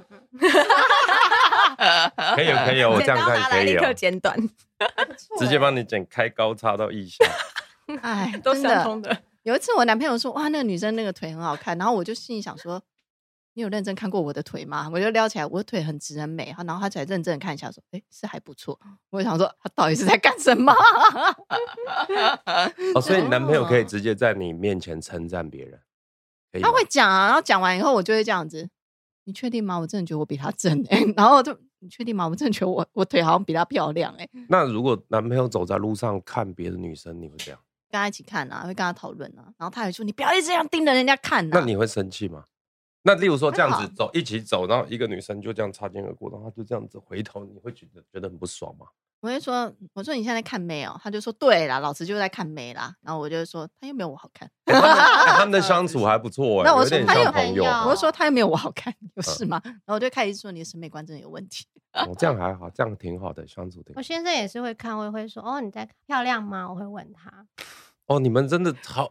Speaker 4: 可以哦 可以哦，我这样
Speaker 3: 剪刀
Speaker 4: 看
Speaker 3: 拿
Speaker 4: 可
Speaker 3: 来
Speaker 4: 以
Speaker 3: 立刻
Speaker 4: 哦，
Speaker 3: 剪 短，
Speaker 4: 直接帮你剪开高叉到腋下。
Speaker 1: 哎，
Speaker 3: 都
Speaker 1: 真
Speaker 3: 相
Speaker 1: 的。
Speaker 3: 通的。
Speaker 1: 有一次我男朋友说哇，那个女生那个腿很好看，然后我就心里想说，你有认真看过我的腿吗？我就撩起来，我的腿很直很美，然后他才认真地看一下说，哎，是还不错。
Speaker 3: 嗯
Speaker 1: 我就想说他到底是在干什么？
Speaker 4: 哦，所以你男朋友可以直接在你面前称赞别人， 可以吗
Speaker 1: 他会讲啊，然后讲完以后我就会这样子，你确定吗？我真的觉得我比他正哎、然后我就你确定吗？我真的觉得我我腿好像比他漂亮哎、
Speaker 3: 嗯
Speaker 4: 那如果男朋友走在路上看别的女生，你会这样？
Speaker 1: 跟他一起看啊，会跟他讨论啊，然后他也说你不要一直这样盯着人家看啊。
Speaker 4: 那你会生气吗？那例如说这样
Speaker 1: 还
Speaker 4: 子
Speaker 1: 好
Speaker 4: 走，一起走，然后一个女生就这样擦肩而过，然后她就这样子回头，你会觉得觉得很不爽吗？
Speaker 1: 我就说我说你现在在看妹哦，他就说对啦，老子就在看妹啦，然后我就说他又没有我好看。
Speaker 4: 哎他们哎他们的相处还不错哎、
Speaker 1: 那我
Speaker 4: 有点
Speaker 1: 说他
Speaker 4: 像
Speaker 1: 有
Speaker 4: 朋友。
Speaker 2: 朋友
Speaker 1: 我就说他又没有我好看，有事吗？然后我就开始说你的审美观真的有问题。
Speaker 4: 哦，这样还好，这样挺好的，相处挺好
Speaker 2: 我。
Speaker 1: 哦
Speaker 2: 先生也是会看，我也会说哦，你在漂亮吗？我会问他
Speaker 4: 哦，你们真的好，
Speaker 1: 哦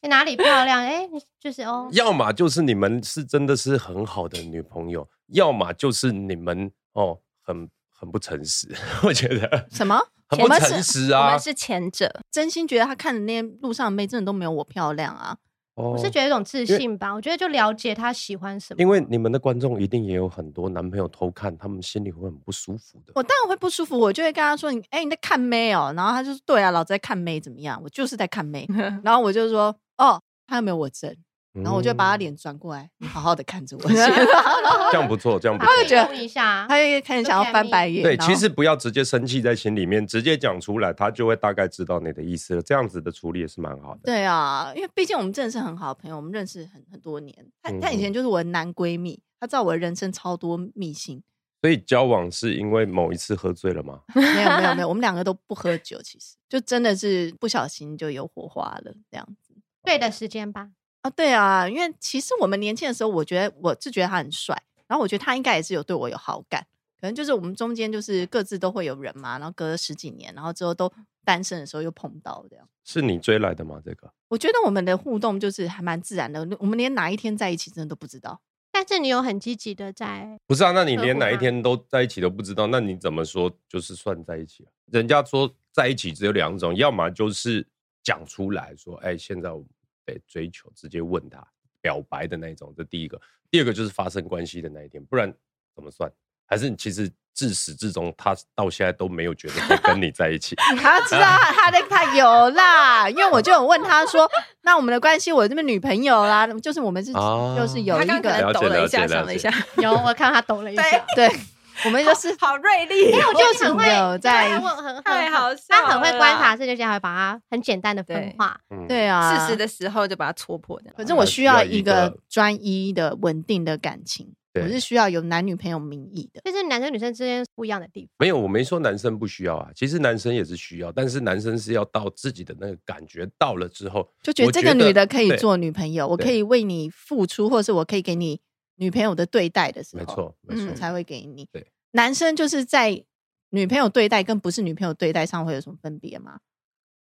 Speaker 2: 你哪里漂亮？哎、你就是哦，
Speaker 4: 要么就是你们是真的是很好的女朋友，要么就是你们哦很很不诚实， 我觉得
Speaker 1: 什么？
Speaker 4: 很
Speaker 1: 我
Speaker 4: 不
Speaker 1: 们是
Speaker 4: 诚实
Speaker 3: 我
Speaker 4: 啊
Speaker 3: 们。是前 者，
Speaker 1: 真心觉得他看的那些路上的妹真的都没有我漂亮啊！
Speaker 4: 我
Speaker 2: 我是觉得一种自信吧。我觉得就了解他喜欢什么。
Speaker 4: 哦因为你们的观众一定也有很多男朋友偷看，他们心里会很不舒服的。
Speaker 1: 我当然会不舒服，我就会跟他说：“你哎、你在看妹哦、然后他就说：“对啊，老子在看妹，怎么样？我就是在看妹。”然后我就说：“哦，他有没有我正？”
Speaker 4: 嗯
Speaker 1: 然后我就把他脸转过来，你好好的看着我。他
Speaker 4: 这样不错，这样不错。
Speaker 1: 就觉得
Speaker 2: 注意一下，
Speaker 1: 就开始想要翻白眼。
Speaker 4: 对，
Speaker 1: 然后
Speaker 4: 其实不要直接生气在心里面，直接讲出来，他就会大概知道你的意思了。这样子的处理也是蛮好的。
Speaker 1: 对啊，因为毕竟我们真的是很好的朋友，我们认识很很多年。她她
Speaker 4: 嗯
Speaker 1: 以前就是我的男闺蜜，她知道我的人生超多秘辛。
Speaker 4: 所以交往是因为某一次喝醉了吗？
Speaker 1: 没有没有没 有，我们两个都不喝酒，其实就真的是不小心就有火花了这样子
Speaker 2: 对的时间吧。
Speaker 1: 啊。对啊，因为其实我们年轻的时候，我觉得我是觉得他很帅，然后我觉得他应该也是有对我有好感，可能就是我们中间就是各自都会有人嘛，然后隔了十几年，然后之后都单身的时候又碰到这样。
Speaker 4: 是你追来的吗？这个
Speaker 1: 我觉得我们的互动就是还蛮自然的，我们连哪一天在一起真的都不知道。
Speaker 2: 但是你有很积极的在，
Speaker 4: 不是啊？那你
Speaker 2: 合
Speaker 4: 连
Speaker 2: 乎
Speaker 4: 哪一
Speaker 2: 吗
Speaker 4: 天都在一起都不知道，那你怎么说就是算在一起了？人家说在一起只有两种，要么就是讲出来说，哎，现在我被追求，直接问他表白的那一种，这第一个；第二个就是发生关系的那一天，不然怎么算？还是你其实自始至终他到现在都没有觉得在跟你在一 起？
Speaker 1: 他知道他他的他有啦，因为我就有问他说，那我们的关系，我这边女朋友啦，就是我们是、
Speaker 4: 哦
Speaker 1: 就是有
Speaker 3: 他
Speaker 1: 一
Speaker 3: 刚刚
Speaker 1: 个
Speaker 3: 可
Speaker 4: 了
Speaker 3: 能
Speaker 4: 解
Speaker 3: 抖了一
Speaker 4: 了
Speaker 3: 下，
Speaker 4: 解
Speaker 3: 想了一下，
Speaker 2: 有我看到他抖了一 下，
Speaker 3: 对
Speaker 1: 对，我们就是
Speaker 3: 好锐
Speaker 2: 因
Speaker 3: 利
Speaker 2: 为我觉得你很
Speaker 1: 就是有
Speaker 2: 会，
Speaker 1: 在
Speaker 2: 他很很
Speaker 3: 太好笑
Speaker 2: 他很会
Speaker 3: 了
Speaker 2: 观
Speaker 3: 啦
Speaker 2: 察这些，还会把它很简单的分
Speaker 3: 对
Speaker 2: 化。
Speaker 4: 嗯，
Speaker 1: 对啊，
Speaker 3: 适时。的时候就把它戳破的。
Speaker 1: 可是我需要一
Speaker 4: 需要一
Speaker 1: 个
Speaker 4: 个
Speaker 1: 专一的、稳定的感情，
Speaker 4: 对
Speaker 1: 我是需要有男女朋友名义的。
Speaker 2: 就是男生女生之间不一样的地方。
Speaker 4: 没有，我没说男生不需要啊，其实男生也是需要，但是男生是要到自己的那个感觉到了之后，
Speaker 1: 就觉得
Speaker 4: 我
Speaker 1: 这个女的可以
Speaker 4: 对
Speaker 1: 做女朋友，我可以为你付出，或是我可以给你女朋友的对待的时候，
Speaker 4: 没错，没
Speaker 1: 嗯，
Speaker 4: 错
Speaker 1: 我，才会给你。
Speaker 4: 对，
Speaker 1: 男生就是在女朋友对待跟不是女朋友对待上会有什么分别吗？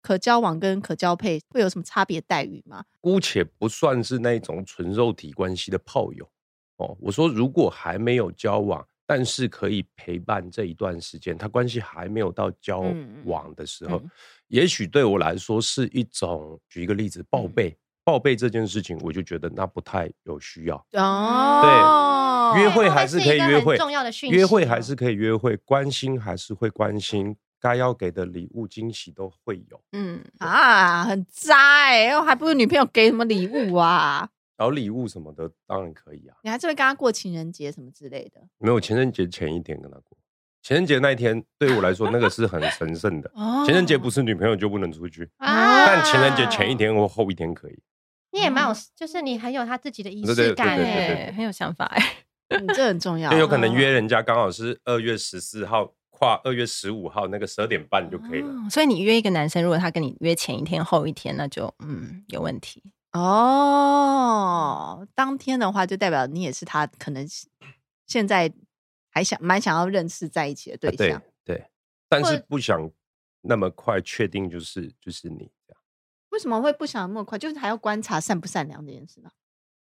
Speaker 1: 可交往跟可交配会有什么差别待遇吗？
Speaker 4: 姑且不算是那种纯肉体关系的炮友哦。我说，如果还没有交往，但是可以陪伴这一段时间，他关系还没有到交
Speaker 1: 嗯嗯
Speaker 4: 往的时候，
Speaker 1: 嗯
Speaker 4: 也许对我来说是一种，举一个例
Speaker 1: 嗯
Speaker 4: 子，报备。报备这件事情，我就觉得那不太有需要。
Speaker 1: 哦，
Speaker 4: 约
Speaker 2: 对
Speaker 4: 会
Speaker 2: 会
Speaker 4: 还
Speaker 2: 是
Speaker 4: 是
Speaker 2: 一
Speaker 4: 可以
Speaker 2: 个
Speaker 4: 约
Speaker 2: 很
Speaker 4: 会，
Speaker 2: 重要的讯
Speaker 4: 约
Speaker 2: 息
Speaker 4: 会
Speaker 2: 哦
Speaker 4: 还是可以约会，关心还是会关心，该要给的礼物惊喜都会有。
Speaker 3: 嗯，
Speaker 1: 啊，很渣哎、欸，还不如女朋友给什么礼物啊？
Speaker 4: 然后礼物什么的当然可以啊，
Speaker 1: 你还是会跟他过情人节什么之类的
Speaker 4: 没有情人节前一天跟他过，情人节那一天对我来说那个是很神圣的。
Speaker 1: 哦
Speaker 4: 情人节不是女朋友就不能出去，
Speaker 2: 啊
Speaker 4: 但情人节前一，天或后一天可以。
Speaker 2: 你也蛮有，就是你很有他自己的仪
Speaker 4: 对对
Speaker 2: 式感
Speaker 4: 对对对
Speaker 2: 哎。
Speaker 3: 哎，很有想法哎。
Speaker 1: 嗯这很重要嗯
Speaker 4: 就，有可能约
Speaker 2: 哦
Speaker 4: 人家刚好是二月十四号跨二月十五号那个十二点半就可以了。啊
Speaker 3: 哦所以你约一个男生，如果他跟你约前一天、后一天，那就嗯有问题。
Speaker 1: 哦，当天的话就代表你也是他可能现在还想蛮想要认识在一起的对象。
Speaker 4: 啊对对，但
Speaker 2: 或
Speaker 4: 是不想那么快确定就是就是你这样，
Speaker 1: 为什么会不想那么快？就是还要观察善不善良这件事呢？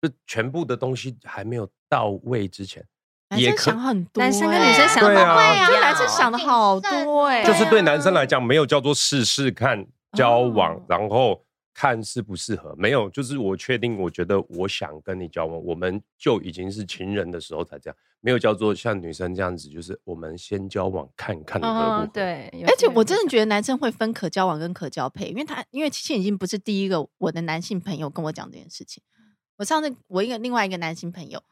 Speaker 4: 就全部的东西还没有到位之前，
Speaker 1: 男
Speaker 4: 也
Speaker 1: 生
Speaker 4: 可
Speaker 1: 想很多、哎
Speaker 3: 男生跟女生想
Speaker 4: 对
Speaker 3: 法
Speaker 4: 啊
Speaker 3: 不一
Speaker 1: 这
Speaker 3: 样，
Speaker 1: 男生想的好多哎、
Speaker 4: 就是
Speaker 2: 对
Speaker 4: 对
Speaker 2: 啊
Speaker 4: 男生来讲没有叫做试试看交往，
Speaker 1: 哦
Speaker 4: 然后看适不适合，没有就是我确定，我觉得我想跟你交往，我们就已经是情人的时候才这样，没有叫做像女生这样子，就是我们先交往看看合不合。
Speaker 3: 嗯，对。有
Speaker 1: 而且
Speaker 3: 些人
Speaker 1: 我真的觉得男生会分可交往跟可交配，因为他因为其实已经不是第一个我的男性朋友跟我讲这件事情。我上次我一个另外一个男性朋友，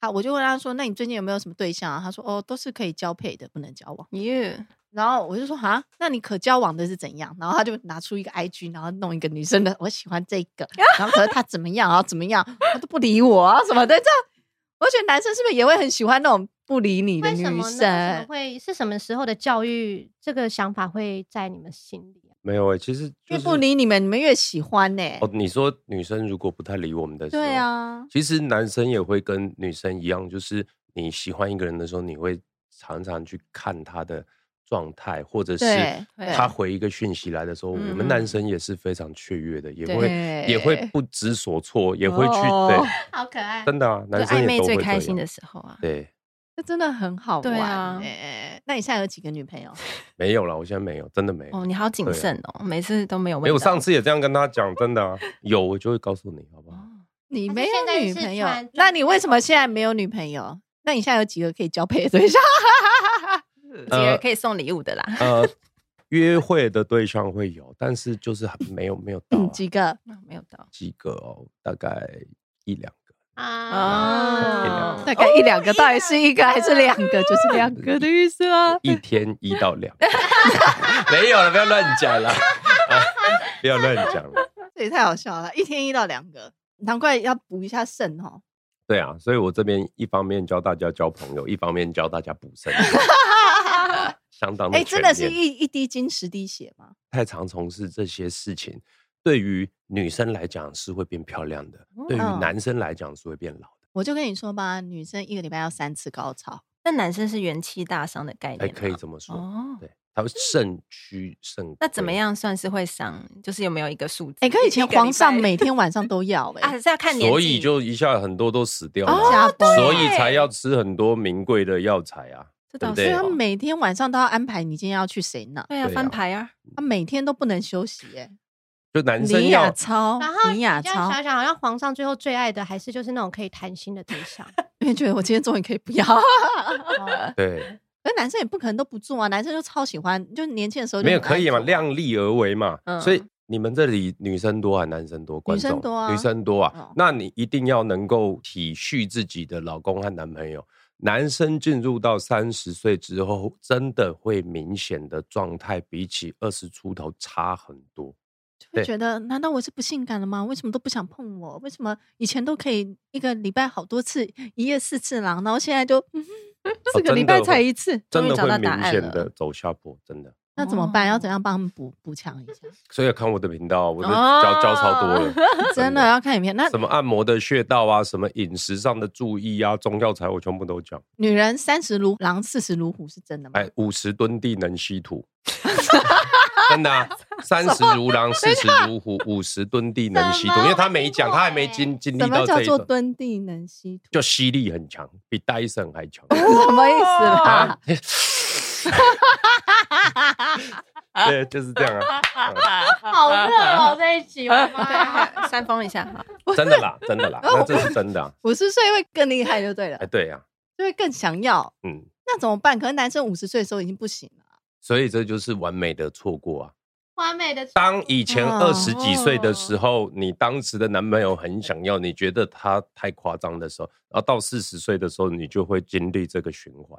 Speaker 1: 他我就问他说：“那你最近有没有什么对象啊？”他说：“哦，都是可以交配的，不能交往。
Speaker 3: 耶，”
Speaker 1: 然后我就说：“啊，那你可交往的是怎样？”然后他就拿出一个 IG，然后弄一个女生的，我喜欢这 个，然后可是他怎么样啊，怎么样，他都不理我啊什么的。这样，我觉得男生是不是也会很喜欢那种不理你的
Speaker 2: 为
Speaker 1: 女
Speaker 2: 什么呢？为什么
Speaker 1: 生？
Speaker 2: 会是什么时候的教育？这个想法会在你们心里啊？
Speaker 4: 没有哎、其实就
Speaker 1: 越
Speaker 4: 是
Speaker 1: 不理你们，你们越喜欢呢、
Speaker 4: 哦。你说女生如果不太理我们的时候，
Speaker 1: 对啊，
Speaker 4: 其实男生也会跟女生一样，就是你喜欢一个人的时候，你会常常去看他的状态，或者是
Speaker 1: 对
Speaker 4: 他
Speaker 1: 对
Speaker 4: 回一个讯息来的时候，我们
Speaker 3: 嗯
Speaker 4: 男生也是非常雀跃的，也
Speaker 3: 对哦
Speaker 4: 会也会不知所措，也会去对，
Speaker 2: 好可爱，
Speaker 4: 真的啊，
Speaker 3: 就
Speaker 4: 男生
Speaker 3: 暧昧
Speaker 4: 也都
Speaker 3: 最
Speaker 4: 会
Speaker 3: 开
Speaker 4: 这
Speaker 3: 心
Speaker 4: 样
Speaker 3: 的时候啊，
Speaker 4: 对，
Speaker 1: 这真的很好玩、
Speaker 3: 对啊
Speaker 1: 欸。那你现在有几个女朋友？
Speaker 4: 没有了，我现在没有，真的没有。
Speaker 3: 哦，你好谨
Speaker 4: 对啊
Speaker 3: 慎哦，每次都没有问到。
Speaker 4: 没有，上次也这样跟他讲，真的啊，有我就会告诉你，好不好？
Speaker 3: 哦
Speaker 1: 你
Speaker 2: 还是
Speaker 1: 没
Speaker 2: 现在
Speaker 1: 有女
Speaker 2: 是
Speaker 1: 朋友
Speaker 2: 穿，
Speaker 1: 那你为什么现在没有女朋友？那你现在有几个可以交配的对 象？
Speaker 3: 几个可以送礼物的啦。
Speaker 4: 呃，约会的对象会有，但是就是还没有没有到啊、
Speaker 1: 嗯，几个？
Speaker 3: 没有到，
Speaker 4: 几个哦，大概一两个。
Speaker 2: 哦
Speaker 3: 哦
Speaker 2: 啊，
Speaker 1: 大概一两个，到底是一个还是两个？就是两个的意思啊吗？
Speaker 4: 一天一到两个， 没有了，不要乱讲了，啊不要乱讲了。
Speaker 1: 这也太好笑了，一天一到两个，难怪要补一下肾哦。
Speaker 4: 对啊，所以我这边一方面教大家交朋友，一方面教大家补肾，相当的
Speaker 1: 哎，真的是
Speaker 4: 全面
Speaker 1: 一一滴精十滴血吗？
Speaker 4: 太常从事这些事情，对于女生来讲是会变漂亮的，对于男生来讲是会变老的。
Speaker 1: 我就跟你说吧，女生一个礼拜要三次高潮，
Speaker 3: 那男生是元气大伤的概
Speaker 4: 哎，
Speaker 3: 念吗，
Speaker 4: 可以这么说，
Speaker 3: 哦。
Speaker 4: 对，他会肾虚肾。
Speaker 3: 那怎么？样算是会伤？就是有没有一个数字？
Speaker 1: 哎、可以以前皇上
Speaker 3: 一个礼
Speaker 1: 每天晚 上都要
Speaker 3: 拜
Speaker 1: 哎、
Speaker 3: 啊，是要看年纪，
Speaker 4: 所以就一下很多都死掉了
Speaker 1: 哦
Speaker 4: 啊，
Speaker 1: 对
Speaker 4: 所以才要吃很多名贵的药材啊。
Speaker 3: 这倒
Speaker 4: 对
Speaker 1: 所以
Speaker 4: 不对
Speaker 3: 是
Speaker 1: 他
Speaker 3: 哦
Speaker 1: 每天晚上都要安排你今天要去谁那，
Speaker 3: 对啊
Speaker 4: 对，啊
Speaker 3: 翻牌啊，
Speaker 1: 他每天都不能休息哎、
Speaker 4: 就男生
Speaker 1: 李雅
Speaker 4: 要
Speaker 1: 超
Speaker 2: 然后，
Speaker 1: 李
Speaker 2: 你
Speaker 1: 雅
Speaker 2: 这样
Speaker 1: 超，
Speaker 2: 想想，好像皇上最后最爱的还是就是那种可以谈心的对象。
Speaker 1: 因为觉得我今天终于可以不要，
Speaker 2: 哦
Speaker 4: 对，
Speaker 1: 可是男生也不可能都不做啊，男生就超喜欢，就年轻的时候就
Speaker 4: 没有
Speaker 1: 很爱
Speaker 4: 可以嘛，
Speaker 1: 做
Speaker 4: 量力而为嘛。
Speaker 3: 嗯
Speaker 4: 所以你们这里女生多还男生多？观众
Speaker 1: 女生多啊
Speaker 4: 女生多啊。
Speaker 1: 嗯
Speaker 4: 那你一定要能够体恤自己的老公和男朋友。男生进入到三十岁之后，真的会明显的状态比起二十出头差很多。
Speaker 1: 就会
Speaker 4: 对
Speaker 1: 觉得难道我是不性感了吗？为什么都不想碰我？为什么以前都可以一个礼拜好多次，一夜四次郎，然后现在就、 嗯、四个
Speaker 4: 哦真
Speaker 1: 礼
Speaker 4: 的
Speaker 1: 拜
Speaker 4: 会
Speaker 1: 才一次，
Speaker 4: 真的
Speaker 3: 终于找
Speaker 4: 会
Speaker 3: 到
Speaker 4: 明
Speaker 3: 答案
Speaker 4: 显
Speaker 3: 了
Speaker 4: 的走下坡，真的。
Speaker 1: 那怎么办？要
Speaker 3: 哦
Speaker 1: 怎样帮他们补补强一下？
Speaker 4: 所以要看我的频道，我的教教超多了，
Speaker 1: 哦 真的要看影片。那
Speaker 4: 什么按摩的穴道啊，什么饮食上的注意啊，中药材我全部都讲。
Speaker 1: 女人三十如狼，四十如虎是真的吗？
Speaker 4: 哎，五十吨地能吸土， 真的啊！三十如狼，四十如虎，五十吨地能吸土，
Speaker 2: 什么
Speaker 4: 因为他没讲，
Speaker 2: 我听过
Speaker 4: 他还没经经历
Speaker 1: 什么
Speaker 4: 到
Speaker 1: 叫
Speaker 4: 这一
Speaker 1: 做
Speaker 4: 种，
Speaker 1: 蹲地能吸土？
Speaker 4: 就吸力很强，比戴森还强
Speaker 1: 什么意思啦？
Speaker 4: 啊！对，就是这样 啊，
Speaker 2: 好热哦，这一集，我的妈 呀
Speaker 1: 啊
Speaker 3: 对，扇风一下哈。
Speaker 4: 真的啦，真的啦，那这是真 的啊！
Speaker 1: 五十岁会更厉害就对了
Speaker 4: 哎，，对呀，
Speaker 1: 就会更想要。
Speaker 4: 嗯，
Speaker 1: 那怎么办？可能男生五十岁的时候已经不行了。
Speaker 4: 所以这就是完美的错过啊。
Speaker 2: 完美的
Speaker 4: 当以前
Speaker 1: 哦
Speaker 4: 二十几岁的时候，你当时的男朋友很想要，你觉得他太夸张的时候，然后到四十岁的时候，你就会经历这个循环。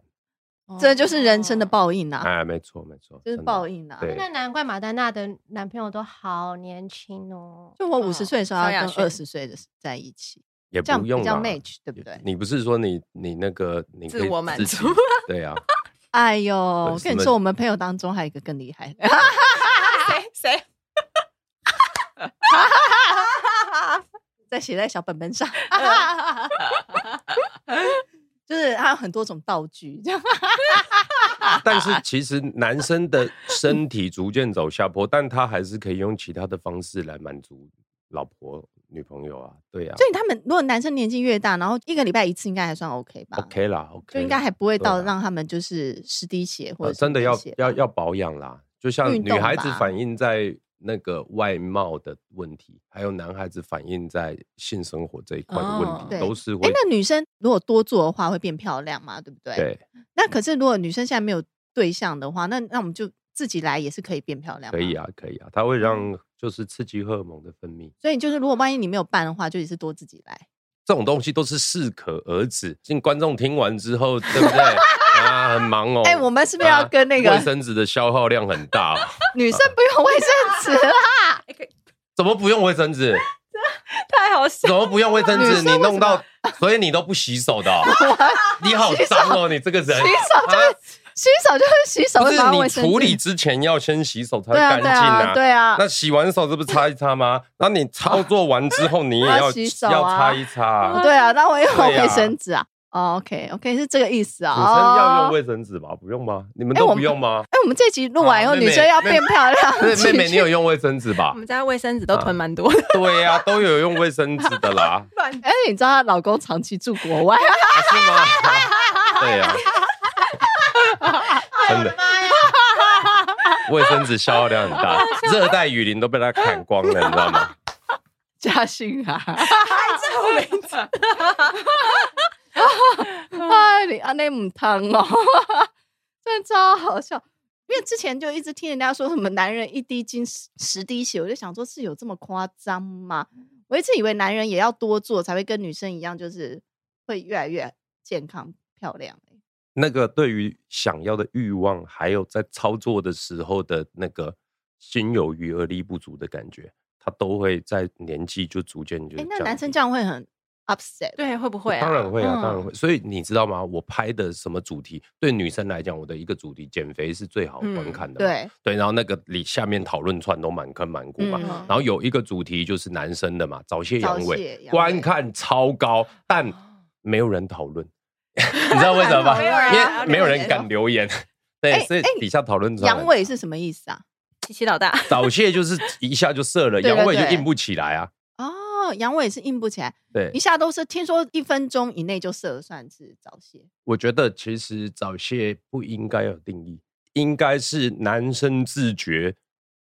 Speaker 1: 这就是人
Speaker 3: 哦
Speaker 1: 生的报应啊，
Speaker 4: 哦哎，没错没错，
Speaker 1: 就是
Speaker 4: 真的
Speaker 1: 报。应啊。
Speaker 4: 对
Speaker 2: 那难怪马丹娜的男朋友都好年轻哦。
Speaker 1: 就我五
Speaker 4: 嗯
Speaker 1: 十岁的时候
Speaker 3: 萧
Speaker 1: 要
Speaker 3: 亚
Speaker 1: 跟
Speaker 3: 轩
Speaker 1: 二十岁的在一起，
Speaker 4: 也
Speaker 1: 这样
Speaker 4: 不
Speaker 1: 比
Speaker 4: 用
Speaker 1: 较
Speaker 4: 啦
Speaker 1: match，对不对？
Speaker 4: 你不是说你你那个你可以
Speaker 3: 自我满
Speaker 4: 自己
Speaker 3: 足
Speaker 4: 对啊，
Speaker 1: 哎呦，我
Speaker 4: 什
Speaker 1: 跟你
Speaker 4: 么
Speaker 1: 说，我们朋友当中还有一个更厉害的，
Speaker 3: 谁谁？
Speaker 1: 在写在小本本上，
Speaker 3: 嗯
Speaker 1: 就是他有很多种道具，这
Speaker 4: 啊
Speaker 1: 样
Speaker 4: 但是其实男生的身体逐渐走下坡，但他还是可以用其他的方式来满足老婆女朋友啊，对啊
Speaker 1: 所以他们如果男生年纪越大，然后一个礼拜一次，应该还算 OK 吧
Speaker 4: ，OK 啦，OK，
Speaker 1: 就
Speaker 4: 啦
Speaker 1: 应该还不会
Speaker 4: 对
Speaker 1: 到
Speaker 4: 啊
Speaker 1: 让他们就是湿滴血或者
Speaker 4: 呃
Speaker 1: 是
Speaker 4: 真的
Speaker 1: 流
Speaker 4: 要
Speaker 1: 血
Speaker 4: 要
Speaker 1: 吧
Speaker 4: 要保养啦，就像
Speaker 1: 啊运
Speaker 4: 女
Speaker 1: 动
Speaker 4: 孩子
Speaker 1: 吧
Speaker 4: 反映在那个外貌的问题，还有男孩子反映在性生活这一块的问
Speaker 3: 哦
Speaker 4: 题，
Speaker 1: 对
Speaker 4: 都是会
Speaker 1: 哎，那女生如果多做的话会变漂亮嘛，对不对？。
Speaker 4: 对
Speaker 1: 那可是如果女生现在没有对象的话，那那我们就自己来也是可以变漂亮，
Speaker 4: 可以。啊，可以啊，它
Speaker 1: 嗯
Speaker 4: 会让就是刺激荷尔蒙的分泌，
Speaker 1: 所以就是如果万一你没有办的话，就也是多自己来。
Speaker 4: 这种东西都是适可而止。进观众听完之后，对不对？啊，很忙哦。
Speaker 1: 哎我们是不是要跟那个
Speaker 4: 啊卫生纸的消耗量很大哦？
Speaker 1: 女生不用卫生纸啦，啊
Speaker 4: 怎么不用卫生纸？
Speaker 3: 太好笑
Speaker 4: 怎么不用卫生
Speaker 1: 女
Speaker 4: 纸？
Speaker 1: 生
Speaker 4: 你
Speaker 1: 为什
Speaker 4: 弄到
Speaker 1: 么，
Speaker 4: 所以你都不洗手 的哦，你好脏哦，你这个人。
Speaker 1: 洗手就
Speaker 4: 啊
Speaker 1: 是洗手 就是洗手，
Speaker 4: 不
Speaker 1: 会
Speaker 4: 是
Speaker 1: 把
Speaker 4: 你
Speaker 1: 卫生
Speaker 4: 处
Speaker 1: 纸
Speaker 4: 理之前要先洗手才
Speaker 1: 对啊
Speaker 4: 干净
Speaker 1: 对啊对啊
Speaker 4: 那，洗完手这不擦一擦吗？那你操作完之后，你也
Speaker 1: 要
Speaker 4: 要
Speaker 1: 洗手啊
Speaker 4: 要擦一擦啊。
Speaker 1: 对啊，那我用
Speaker 4: 对啊
Speaker 1: 卫生纸啊。哦，OK OK，是这个意思啊。
Speaker 4: 女生要用
Speaker 1: 哦
Speaker 4: 卫生纸吧？不用吗？你们
Speaker 1: 哎
Speaker 4: 都
Speaker 1: 我
Speaker 4: 不用 吗？
Speaker 1: 哎，我们这集录完以后，
Speaker 4: 啊妹妹
Speaker 1: 女生要变漂亮。
Speaker 4: 对，妹 妹，
Speaker 1: 去
Speaker 4: 你有用卫生纸吧
Speaker 3: 我？们家卫生纸都
Speaker 4: 嗯
Speaker 3: 囤蛮多 的，
Speaker 4: 对呀、都有用卫生纸的啦，
Speaker 1: 哎，你知道她老公长期住国外，
Speaker 4: 啊是吗？ 啊对呀、
Speaker 2: 哎
Speaker 4: 真的，
Speaker 2: 妈呀！
Speaker 4: 卫生纸消耗量很
Speaker 1: 啊
Speaker 4: 大，热带雨林都被他砍光了，你知道吗？
Speaker 1: 嘉欣啊， 哎，你阿内母汤哦，真的超好笑。因为之前就一直听人家说什么男人一滴精十十滴血，我就想说是有这么夸张吗？我一直以为男人也要多做才会跟女生一样，就是会越来越健康漂亮、
Speaker 4: 那个对于想要的欲望，还有在操作的时候的那个心有余而力不足的感觉，他都会在年纪就逐渐就
Speaker 1: 哎、
Speaker 4: 降低。
Speaker 1: 那男生这样会很 upset。
Speaker 3: 对，会不会啊？
Speaker 4: 当然会啊，
Speaker 1: 嗯
Speaker 4: 当然会。所以你知道吗？我拍的什么主题，对女生来讲，我的一个主题减肥是最好观看的嘛、
Speaker 1: 嗯对，
Speaker 4: 对，然后那个里下面讨论串都满坑满谷嘛。
Speaker 1: 嗯
Speaker 4: 然后有一个主题就是男生的嘛，早泄
Speaker 1: 早
Speaker 4: 阳痿
Speaker 1: 泄，阳痿
Speaker 4: 观看超高，但没有人讨论，你知道为什么吗？
Speaker 1: 没有人
Speaker 4: 因
Speaker 1: 啊
Speaker 4: 为没有人敢留言。对，
Speaker 1: 哎
Speaker 4: 所以底下讨论串
Speaker 1: 阳痿是什么意思啊？
Speaker 3: 琪琪老大，
Speaker 4: 早泄就是一下就射了，
Speaker 1: 对
Speaker 4: 阳
Speaker 1: 对
Speaker 4: 痿就
Speaker 1: 对
Speaker 4: 硬不起来啊。
Speaker 1: 哦，阳痿是硬不起来，
Speaker 4: 对
Speaker 1: 一，下都是听说一分钟以内就射了算是早泄。
Speaker 4: 我觉得其实早泄不应该有定义，应该是男生自觉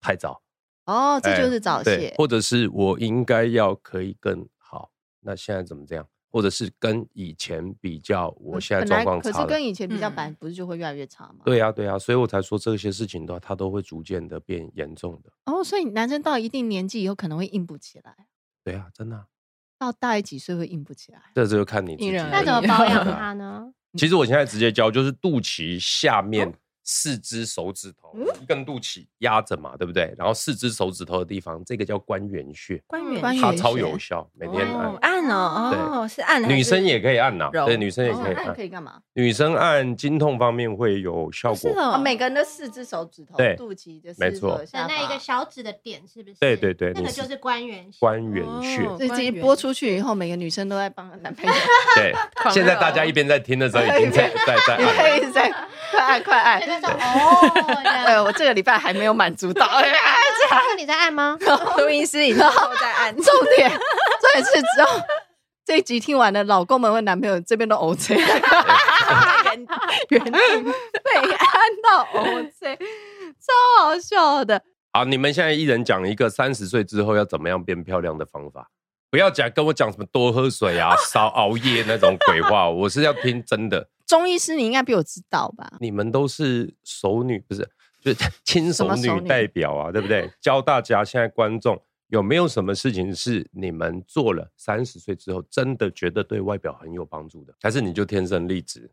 Speaker 4: 太早，
Speaker 1: 哦，这
Speaker 4: 哎
Speaker 1: 就是早
Speaker 4: 对
Speaker 1: 泄，。
Speaker 4: 或者是我应该要可以更好，那现在怎么这样？或者是跟以前比较，我现在
Speaker 1: 嗯本来
Speaker 4: 状况
Speaker 1: 可
Speaker 4: 差
Speaker 1: 是
Speaker 4: 了
Speaker 1: 跟。以前比较，
Speaker 3: 嗯
Speaker 1: 版不是就会越来越差吗？。
Speaker 4: 对呀、对呀、啊所以我才说这些事情的话，它都会逐渐的变严重的。
Speaker 1: 哦，所以男生到一定年纪以后可能会硬不起来，
Speaker 4: 对呀、真的啊、
Speaker 1: 到大概几岁会硬不起来？
Speaker 4: 这就看你自己
Speaker 3: 因人
Speaker 4: 了。
Speaker 2: 那
Speaker 3: 而
Speaker 2: 怎么保养 啊它呢？
Speaker 4: 其实我现在直接教，就是肚脐下面四只手指头，一根肚脐压着嘛，对不对？然后四只手指头的地方，这个叫关元穴，
Speaker 3: 关
Speaker 2: 嗯
Speaker 3: 于
Speaker 1: 关
Speaker 4: 它
Speaker 1: 元
Speaker 4: 超
Speaker 1: 穴
Speaker 4: 有效，每天
Speaker 3: 哦
Speaker 4: 按。
Speaker 3: 按哦，哦是按还是
Speaker 4: 女生也可以按呐、
Speaker 3: 揉
Speaker 4: 对，女生也
Speaker 1: 哦
Speaker 4: 可以
Speaker 1: 那
Speaker 4: 按
Speaker 1: 可。以干嘛？
Speaker 4: 女生按经痛方面会有效
Speaker 3: 是
Speaker 4: 果，
Speaker 1: 哦，
Speaker 3: 哦，
Speaker 1: 每个人的四只手指头
Speaker 4: 对、
Speaker 1: 肚脐的
Speaker 4: 没
Speaker 1: 四只
Speaker 4: 错
Speaker 1: 手的下
Speaker 2: 那一
Speaker 1: 巴
Speaker 2: 个小指的点是不是？
Speaker 4: 对对对
Speaker 2: 那个
Speaker 4: 你是
Speaker 2: 就是关元穴。
Speaker 4: 关元穴。
Speaker 3: 哦
Speaker 1: 所以这一
Speaker 3: 关元
Speaker 1: 播出去以后，每个女生都在帮男 朋友，
Speaker 4: 对，现在大家一边在听的时候，已经在在在
Speaker 1: 你可
Speaker 4: 按了。
Speaker 1: 以在快按快 按。
Speaker 2: 所以那时候哦，这
Speaker 1: 对，
Speaker 2: 样
Speaker 1: 我这个礼拜还没有满足到，哎呀。
Speaker 2: 那你在按吗？
Speaker 3: 录音师已经都在 按
Speaker 1: 重点重点是只要这一集听完了，老公们和男朋友这边都 OK，原原地被按到 OK，超好笑的。
Speaker 4: 好，你们现在一人讲一个三十岁之后要怎么样变漂亮的方法，不要讲跟我讲什么多喝水啊、少熬夜那种鬼话，我是要听真的。
Speaker 1: 中医师你应该比我知道吧？
Speaker 4: 你们都是熟女，不是就是 亲
Speaker 1: 什
Speaker 4: 熟
Speaker 1: 么熟
Speaker 4: 女
Speaker 1: 女
Speaker 4: 代表啊，对不对？教大家现在观众有没有什么事情是你们做了三十岁之后真的觉得对外表很有帮助的，还是你就天生丽质？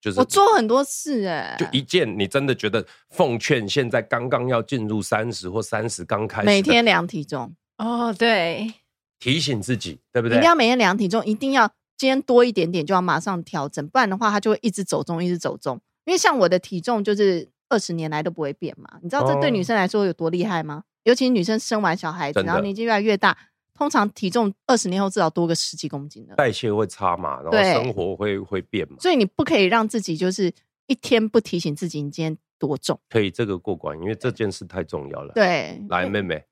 Speaker 4: 就是
Speaker 1: 我做很多事哎、
Speaker 4: 就一件你真的觉得奉劝现在刚刚要进入三十或三十刚开始的，
Speaker 1: 每天量体重，
Speaker 3: 哦，对，
Speaker 4: 提醒自己，对不
Speaker 1: 一
Speaker 4: 对
Speaker 1: 定？要每天量体重，一定要今天多一点点就要马上调整，不然的话它就会一直走重，一直走重。因为像我的体重就是二十年来都不会变嘛，你知道这对
Speaker 4: 哦
Speaker 1: 女生来说有多厉害吗？尤其女生生完小孩子，
Speaker 4: 真的
Speaker 1: 然后年纪越来越大，通常体重二十年后至少多个十几公斤了。
Speaker 4: 代谢会差嘛，然后
Speaker 1: 对
Speaker 4: 生活会会变嘛，
Speaker 1: 所以你不可以让自己就是一天不提醒自己你今天多重。
Speaker 4: 可以这个过关，因为这件事太重要了。，
Speaker 1: 对，
Speaker 4: 来，妹妹，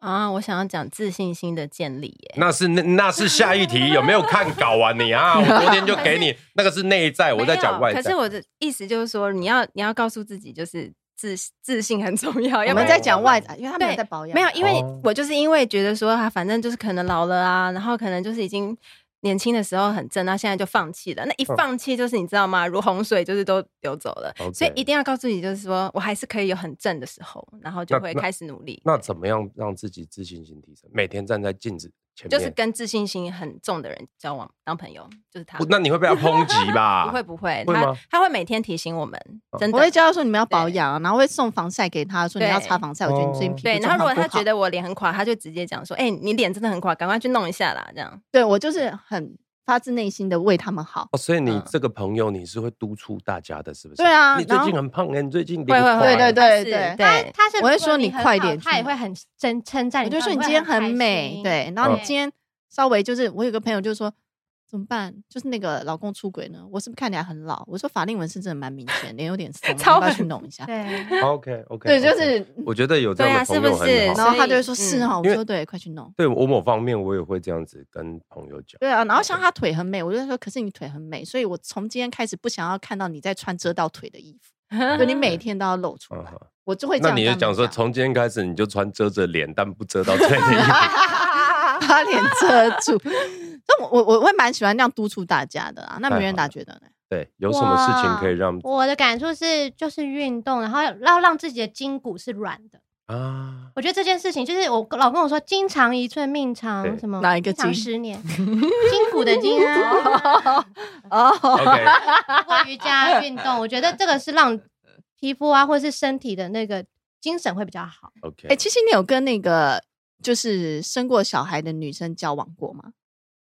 Speaker 3: 啊，我想要讲自信心的建立耶。
Speaker 4: 那是那那是下一题，有没有看稿啊你啊？我昨天就给你那个是内在，我在讲
Speaker 3: 没
Speaker 4: 外
Speaker 3: 有
Speaker 4: 在。
Speaker 3: 可是我的意思就是说，你要你要告诉自己，就是自自信很重要。
Speaker 1: 我
Speaker 3: 要不
Speaker 1: 们
Speaker 3: 然
Speaker 1: 在讲外在，因为他们有
Speaker 3: 对
Speaker 1: 在保养，
Speaker 3: 没有，因为
Speaker 4: 哦
Speaker 3: 我就是因为觉得说，啊，反正就是可能老了啊，然后可能就是已经年轻的时候很正，那现在就放弃了。那
Speaker 4: 嗯
Speaker 3: 一放弃就是你知道吗？如洪水，就是都流走了。
Speaker 4: OK
Speaker 3: 所以一定要告诉自己，就是说我还是可以有很正的时候，然后就会
Speaker 4: 那
Speaker 3: 开始努力。
Speaker 4: 那怎么样让自己自信心提升？每天站在镜子前面，
Speaker 3: 就是跟自信心很重的人交往当朋友，就是他
Speaker 4: 不。那你会被他抨击吧？
Speaker 3: 不会不会，
Speaker 4: 会
Speaker 3: 他
Speaker 4: 吗哦
Speaker 3: 他会每天提醒我们，真的。
Speaker 1: 我会教他说你们要保养啊，然后会送防晒给他，说你
Speaker 3: 对
Speaker 1: 要擦防晒。我觉得你
Speaker 4: 哦
Speaker 1: 最近皮
Speaker 3: 对，
Speaker 1: 肤
Speaker 3: 然后如
Speaker 1: 状
Speaker 3: 果
Speaker 1: 况不
Speaker 3: 他
Speaker 1: 好
Speaker 3: 觉得我脸很垮，他就直接讲说：“哎、你脸真的很垮，赶快去弄一下啦。”这样
Speaker 1: 对我就是很发自内心的为他们好。
Speaker 4: 哦，所以你这个朋友你是会督促大家的，是不是？
Speaker 1: 对啊
Speaker 4: 你最
Speaker 1: 然后
Speaker 4: 近很胖哎，你最近
Speaker 3: 会会
Speaker 1: 对对
Speaker 3: 会，
Speaker 1: 对
Speaker 3: 是
Speaker 1: 对
Speaker 2: 他
Speaker 3: 对，
Speaker 2: 他是
Speaker 1: 我会说
Speaker 2: 如果
Speaker 1: 你
Speaker 2: 很
Speaker 1: 快
Speaker 2: 好
Speaker 1: 点
Speaker 2: 他
Speaker 1: 去
Speaker 2: 也会很称称赞
Speaker 1: 我
Speaker 2: 你，
Speaker 1: 就说你
Speaker 2: 会
Speaker 1: 今天
Speaker 2: 很
Speaker 1: 很
Speaker 2: 开
Speaker 1: 美，
Speaker 2: 心
Speaker 1: 对，然后你
Speaker 4: 嗯
Speaker 1: 今天稍微就是，我有个朋友就说。怎么办？就是那个老公出轨呢？我是不是看起来很老？我说法令纹是真的蛮明显，脸有点松，你要
Speaker 3: 超
Speaker 1: 不要
Speaker 3: 狠
Speaker 1: 去弄一 下？
Speaker 2: 对。
Speaker 4: OK OK，
Speaker 1: 对，就是，
Speaker 4: 我觉得有这样的
Speaker 3: 对啊
Speaker 4: 朋友
Speaker 3: 是不
Speaker 4: 很
Speaker 3: 是
Speaker 4: 好。
Speaker 1: 然后他就会说：“
Speaker 3: 所以
Speaker 1: 是
Speaker 3: 嗯
Speaker 1: 哈。”我
Speaker 4: 因为
Speaker 1: 说：“对，快去弄。
Speaker 4: 对我某方面我也会这样子跟朋友讲”。
Speaker 1: 对啊，然后像他腿很美，我就说：“可是你腿很美，所以我从今天开始不想要看到你再穿遮到腿的衣服，就你每天都要露出
Speaker 4: 嗯
Speaker 1: 来。
Speaker 4: 哼，”
Speaker 1: 我就会这
Speaker 4: 那
Speaker 1: 样跟
Speaker 4: 你
Speaker 1: 他
Speaker 4: 就
Speaker 1: 们
Speaker 4: 讲说，从今天开始你就穿遮着脸但不遮到这里。
Speaker 1: 把脸遮 住。但我我我会蛮喜欢那样督促大家的啊。那
Speaker 4: 太
Speaker 1: 明远
Speaker 4: 好
Speaker 1: 达
Speaker 4: 了
Speaker 1: 觉得呢？
Speaker 4: 对，有什么事情可以让
Speaker 2: 我的感触是，就是运动，然后要让自己的筋骨是软的，
Speaker 4: 啊，
Speaker 2: 我觉得这件事情就是我老跟我说，经常一寸命长
Speaker 4: 对
Speaker 2: 什么
Speaker 1: 哪一个
Speaker 2: 经常
Speaker 1: 经
Speaker 2: 十年，筋骨的 筋啊，
Speaker 1: 哦，
Speaker 4: OK，
Speaker 2: 做瑜伽运动，我觉得这个是让皮肤啊或是身体的那个精神会比较好。
Speaker 4: OK，
Speaker 1: 哎、其实你有跟那个就是生过小孩的女生交往过吗？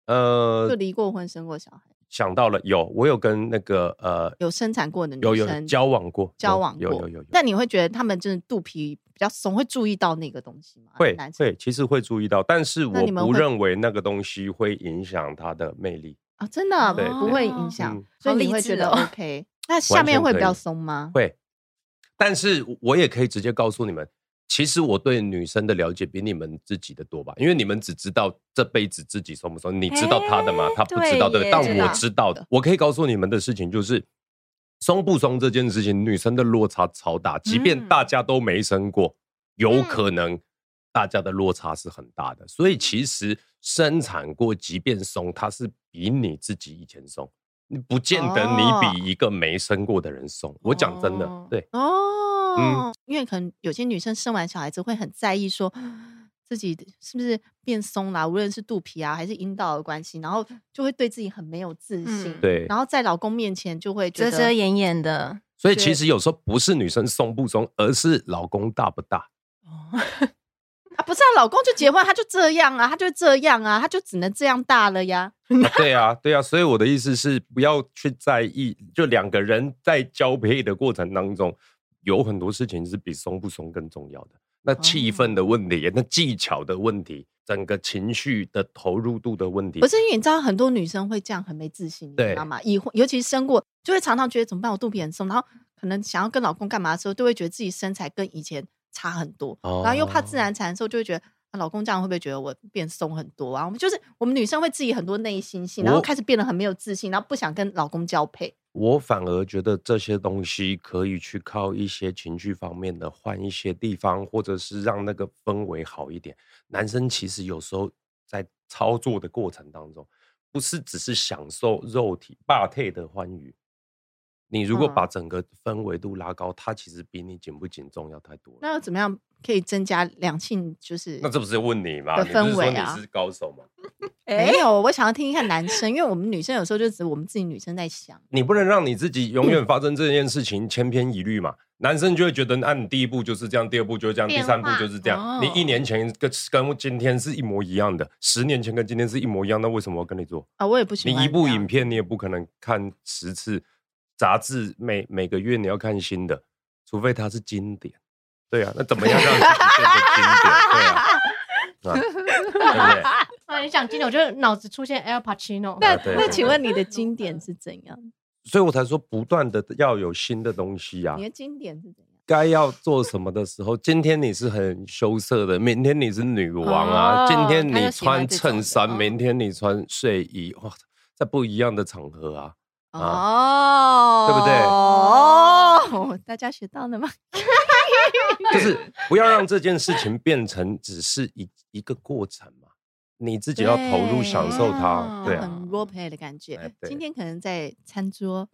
Speaker 1: 就
Speaker 4: 呃，
Speaker 1: 离过婚、生过小孩、
Speaker 4: 想到了，有我有跟那个呃，
Speaker 1: 有生产过的女
Speaker 4: 有
Speaker 1: 生
Speaker 4: 有交往过，
Speaker 1: 交往过，
Speaker 4: 有有有有有，
Speaker 1: 但你会觉得他们真的肚皮比较松，会注意到那个东西吗？
Speaker 4: 会
Speaker 1: 男生
Speaker 4: 会，其实会注意到，但是
Speaker 1: 那
Speaker 4: 我
Speaker 1: 你们
Speaker 4: 不
Speaker 1: 会
Speaker 4: 认为那个东西会影响它的魅力，
Speaker 1: 啊，真的啊
Speaker 4: 对
Speaker 1: 不
Speaker 4: 对
Speaker 1: 会影响，
Speaker 4: 嗯
Speaker 1: 所以
Speaker 3: 好
Speaker 1: 你
Speaker 3: 励
Speaker 1: 会觉
Speaker 3: 志
Speaker 1: 得
Speaker 3: 哦
Speaker 1: OK。那下面
Speaker 4: 全
Speaker 1: 会
Speaker 4: 可
Speaker 1: 比较
Speaker 4: 以
Speaker 1: 松吗？
Speaker 4: 会。但是我也可以直接告诉你们，其实我对女生的了解比你们自己的多吧，因为你们只知道这辈子自己松不松，你知道她的吗
Speaker 3: 哎？
Speaker 4: 她不知道
Speaker 3: 对
Speaker 4: 的，
Speaker 3: 耶
Speaker 4: 但
Speaker 1: 知
Speaker 4: 我
Speaker 1: 道
Speaker 4: 知道的。我可以告诉你们的事情就是。松不松这件事情，女生的落差超大，即便
Speaker 3: 嗯
Speaker 4: 大家都没生过，有
Speaker 2: 嗯
Speaker 4: 可能大家的落差是很大的。所以其实生产过，即便松，它是比你自己以前松，你不见得
Speaker 1: 哦
Speaker 4: 你比一个没生过的人松。我讲真的
Speaker 3: 哦，
Speaker 4: 对。
Speaker 1: 哦，
Speaker 3: 嗯
Speaker 1: 因为可能有些女生生完小孩子会很在意说。自己是不是变松啦、无论是肚皮啊，还是阴道的关系，然后就会对自己很没有自信，
Speaker 3: 嗯
Speaker 4: 对
Speaker 1: 然后在老公面前就会觉
Speaker 3: 遮
Speaker 1: 得
Speaker 3: 遮掩掩的，
Speaker 4: 所以其实有时候不是女生松不松，而是老公大不 大。
Speaker 1: 啊，不是啊，老公就结婚，他就这样啊，他就这样啊，他就只能这样大了呀。
Speaker 4: 啊对啊，对啊。所以我的意思是，不要去在意，就两个人在交配的过程当中，有很多事情是比松不松更重要的。那气
Speaker 1: 哦
Speaker 4: 氛的问题，那技巧的问题，整个情绪的投入度的问题
Speaker 1: 不，是因为你知道很多女生会这样很没自信，你知
Speaker 4: 对
Speaker 1: 道吗？已婚尤其是生过，就会常常觉得怎么办，我肚皮很松，然后可能想要跟老公干嘛的时候，都会觉得自己身材跟以前差很多，
Speaker 4: 哦
Speaker 1: 然后又怕自然产的时候，就会觉得。啊老公这样会不会觉得我变松很多啊？我们就是我们女生会自己很多内心戏，然后
Speaker 4: 我
Speaker 1: 开始变得很没有自信，然后不想跟老公交配。
Speaker 4: 我反而觉得这些东西可以去靠一些情绪方面的换一些地方，或者是让那个氛围好一点。男生其实有时候在操作的过程当中，不是只是享受肉体霸体的欢愉。你如果
Speaker 1: 嗯
Speaker 4: 把整个氛围度拉高，它其实比你紧不紧重要太多了。
Speaker 1: 那要怎么样可以增加两性？就是
Speaker 4: 那这不是问你吗？
Speaker 1: 的
Speaker 4: 你不是
Speaker 1: 氛
Speaker 4: 说
Speaker 1: 围
Speaker 4: 你
Speaker 1: 啊
Speaker 4: 是高手吗？
Speaker 3: 哎
Speaker 1: 没，有，我想要听一下男生，因为我们女生有时候就只是我们自己女生在想。
Speaker 4: 你不能让你自己永远发生这件事情千篇一律嘛。男生就会觉得，那、你第一步就是这样，第二步就是这样，第
Speaker 2: 变
Speaker 4: 三步
Speaker 2: 化
Speaker 4: 就是这样。
Speaker 3: 哦
Speaker 4: 你一年前跟跟今天是一模一样的，十年前跟今天是一模一样，那为什么我跟你做？
Speaker 1: 啊，我也不喜
Speaker 4: 你
Speaker 1: 欢
Speaker 4: 一部
Speaker 1: 这样
Speaker 4: 影片你也不可能看十次，杂志每每个月你要看新的，除非它是经典。对啊，那怎么样让自己变成经典？对啊，啊对不对？
Speaker 2: 啊，你想经典，我就脑子出现 Al Pacino，
Speaker 1: 那
Speaker 4: 啊对
Speaker 1: 那
Speaker 4: 对
Speaker 1: 请
Speaker 4: 对
Speaker 1: 问你的经典是怎样？
Speaker 4: 所以我才说不断的要有新的东西啊。
Speaker 1: 你的经典是怎样？
Speaker 4: 该要做什么的时候，今天你是很羞涩的，明天你是女王啊，
Speaker 3: 哦
Speaker 4: 今天
Speaker 3: 他
Speaker 4: 你
Speaker 3: 就喜
Speaker 4: 穿
Speaker 3: 欢这种
Speaker 4: 衬衫，
Speaker 3: 的哦
Speaker 4: 明天你穿睡衣，哇，在不一样的场合啊，
Speaker 1: 哦，
Speaker 4: 对不对
Speaker 1: 哦， 大家学到了吗？
Speaker 4: 就是不要让这件事情变成只是一一个过程嘛，你自己要投入享受它，对
Speaker 3: 对
Speaker 4: 啊，
Speaker 1: 很 role play 的感觉
Speaker 4: 哎。对
Speaker 1: 今天可能在餐桌，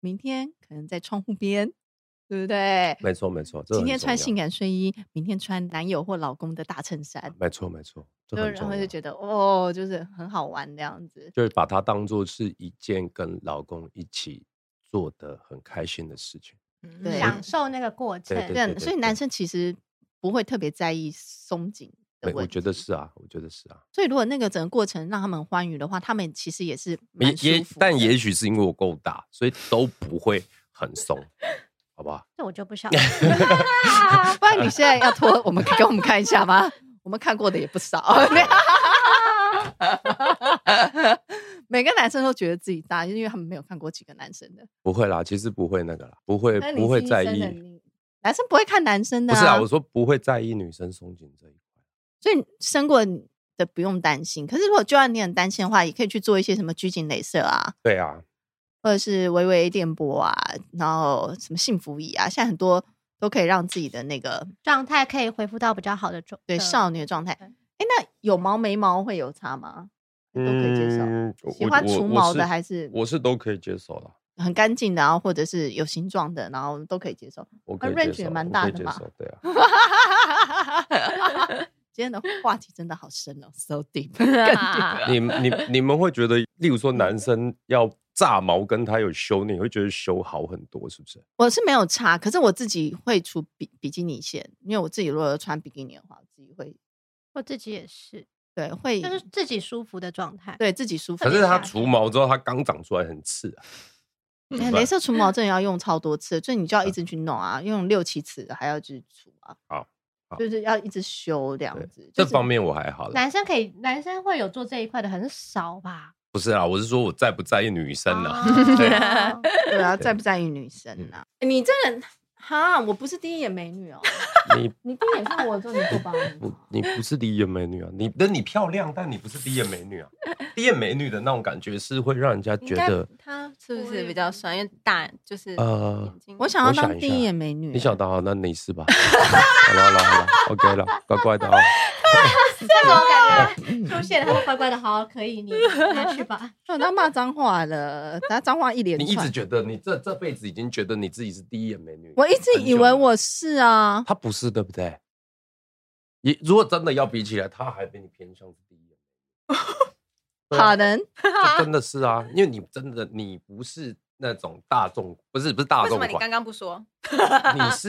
Speaker 1: 明天可能在窗户边，对不对？
Speaker 4: 没错没错，这
Speaker 1: 今天
Speaker 4: 很重
Speaker 1: 穿
Speaker 4: 要
Speaker 1: 性，感睡衣，明天穿男友或老公的大衬衫，
Speaker 4: 没错没错，啊这
Speaker 1: 就
Speaker 4: 很
Speaker 1: 然
Speaker 4: 重
Speaker 1: 后
Speaker 4: 要
Speaker 1: 就，觉得哦，就是很好玩这样子。
Speaker 4: 就是把它当做是一件跟老公一起做的很开心的事情，
Speaker 3: 嗯
Speaker 1: 对
Speaker 2: 享受那个过程。
Speaker 4: 对对
Speaker 1: 对，所以男生其实不会特别在意松紧的
Speaker 4: 对，我
Speaker 1: 问
Speaker 4: 觉得
Speaker 1: 题
Speaker 4: 是啊，我觉得是啊。
Speaker 1: 所以如果那个整个过程让他们欢愉的话，他们其实也是
Speaker 4: 也
Speaker 1: 蛮舒
Speaker 4: 也
Speaker 1: 服，
Speaker 4: 但
Speaker 1: 的
Speaker 4: 也许是因为我够大，所以都不会很松，好不好？
Speaker 2: 这我就不晓得。啊
Speaker 1: 不然你现在要拖我们给我们看一下吗？ 我们看过的也不 少，每个男生都觉得自己大，因为他们没有看过几个男生的，
Speaker 4: 不会啦，其实不会那个啦，不会
Speaker 1: 那你
Speaker 4: 不会
Speaker 1: 是医
Speaker 4: 在
Speaker 1: 生
Speaker 4: 意
Speaker 1: 的，你男生不会看男生的、
Speaker 4: 不是啊，我说不会在意女生松紧这一块。
Speaker 1: 所以生过的不用担心。可是如果就算你很担心的话，也可以去做一些什么拘谨镭射啊，
Speaker 4: 对啊，
Speaker 1: 或者是微微电波啊，然后什么幸福椅啊，现在很多都可以让自己的那个
Speaker 2: 状态可以恢复到比较好的状呃
Speaker 1: 对
Speaker 2: 的
Speaker 1: 少女的状态。哎、那有毛没毛会有差吗？都可以接受。
Speaker 4: 嗯我
Speaker 1: 喜欢
Speaker 4: 我
Speaker 1: 除
Speaker 4: 我
Speaker 1: 毛的还是
Speaker 4: 我是都可以接受啦，
Speaker 1: 很干净的，然后或者是有形状的，然后都可以接受。
Speaker 4: 我可以
Speaker 1: 啊 range
Speaker 4: 接受，
Speaker 1: 也蛮
Speaker 4: 我
Speaker 1: 大
Speaker 4: 可以
Speaker 1: 的
Speaker 4: 接
Speaker 1: 嘛
Speaker 4: 受，对啊，
Speaker 1: 今天的话题真的好深哦，so deep。
Speaker 4: 你你你们会觉得，例如说男生要炸毛跟他有修，你会觉得修好很多，是不是？
Speaker 1: 我是没有差，可是我自己会出比比基尼线，因为我自己如果穿比基尼的话，我自己会
Speaker 2: 我自己也是，
Speaker 1: 对会
Speaker 2: 就是自己舒服的状态。
Speaker 1: 嗯对自己舒服
Speaker 4: 可
Speaker 1: 一
Speaker 4: 是
Speaker 1: 下。
Speaker 4: 他除毛之后，他刚长出来很刺啊。
Speaker 1: 哎
Speaker 4: 办
Speaker 1: 镭射除毛真的要用超多次，所以你就要一直去弄啊，用六七次还要去除啊。
Speaker 4: 嗯好好
Speaker 1: 就是要一直修这样
Speaker 4: 对
Speaker 1: 子。
Speaker 4: 这
Speaker 1: 就是
Speaker 4: 方面我还好啦，
Speaker 2: 男生可以，男生会有做这一块的很少吧？
Speaker 4: 不是啊啦，我是说我在不在意女生呢、
Speaker 2: 啊，
Speaker 1: 对啊，在不在意女生
Speaker 4: 嗯
Speaker 1: 啊？你这人哈，我不是第一眼美女哦，
Speaker 4: 你
Speaker 1: 你第一眼看我就你不帮
Speaker 4: 不
Speaker 1: 我。，
Speaker 4: 你不是第一眼美女啊，你那你漂亮，但你不是第一眼美 女啊。第一眼美女的那种感觉是会让人家觉
Speaker 3: 应该
Speaker 4: 得，
Speaker 3: 他是不是比较酸？因为大就是
Speaker 4: 呃
Speaker 3: 眼睛
Speaker 1: 我想要
Speaker 4: 我想
Speaker 1: 当
Speaker 4: 一
Speaker 1: 第
Speaker 4: 下
Speaker 1: 一眼美女，欸
Speaker 4: 你想到啊，那你是吧？ 好了好了好了，OK 了，乖乖 的啊。
Speaker 2: 这种感觉出现，他会乖乖的，好，可以，你拿去吧。
Speaker 1: 我当骂脏话了，打脏话一连
Speaker 4: 你
Speaker 1: 串。
Speaker 4: 一直觉得你这这辈子已经觉得你自己是第一眼美女，
Speaker 1: 我一直以为我是啊，
Speaker 4: 她不是对不对？你如果真的要比起来，她还比你偏向是第 一眼。 对啊
Speaker 1: 可能
Speaker 4: 这真的是啊，因为你真的你不是那种大众，不是不是大
Speaker 3: 为什
Speaker 4: 众
Speaker 3: 么你刚
Speaker 4: 款，
Speaker 3: 刚不说？
Speaker 4: 你是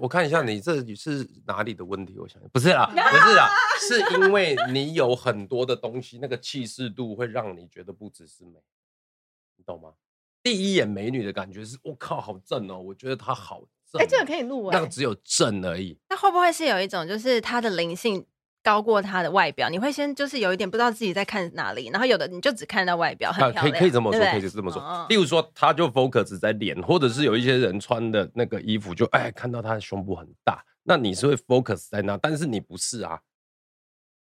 Speaker 4: 我看一下你这是哪里的问题？我想不 是啦，不是啦，是因为你有很多的东西，那个气势度会让你觉得不只是美，你懂吗？第一眼美女的感觉是，我、靠，好正哦，我觉得她好
Speaker 3: 哎
Speaker 4: 正哦。
Speaker 1: 以录
Speaker 4: 那个只有正而已。
Speaker 3: 那会不会是有一种，就是他的灵性高过他的外表？你会先就是有一点不知道自己在看哪里，然后有的你就只看到外表，很
Speaker 4: 啊，
Speaker 3: 漂
Speaker 4: 可以
Speaker 3: 亮，
Speaker 4: 可以这么说，
Speaker 3: 对不
Speaker 4: 可
Speaker 3: 对
Speaker 4: 以这么说
Speaker 3: 哦。
Speaker 4: 例如说，他就 focus 在脸，或者是有一些人穿的那个衣服就，哎看到他的胸部很大，那你是会 focus 在那，但是你不是啊。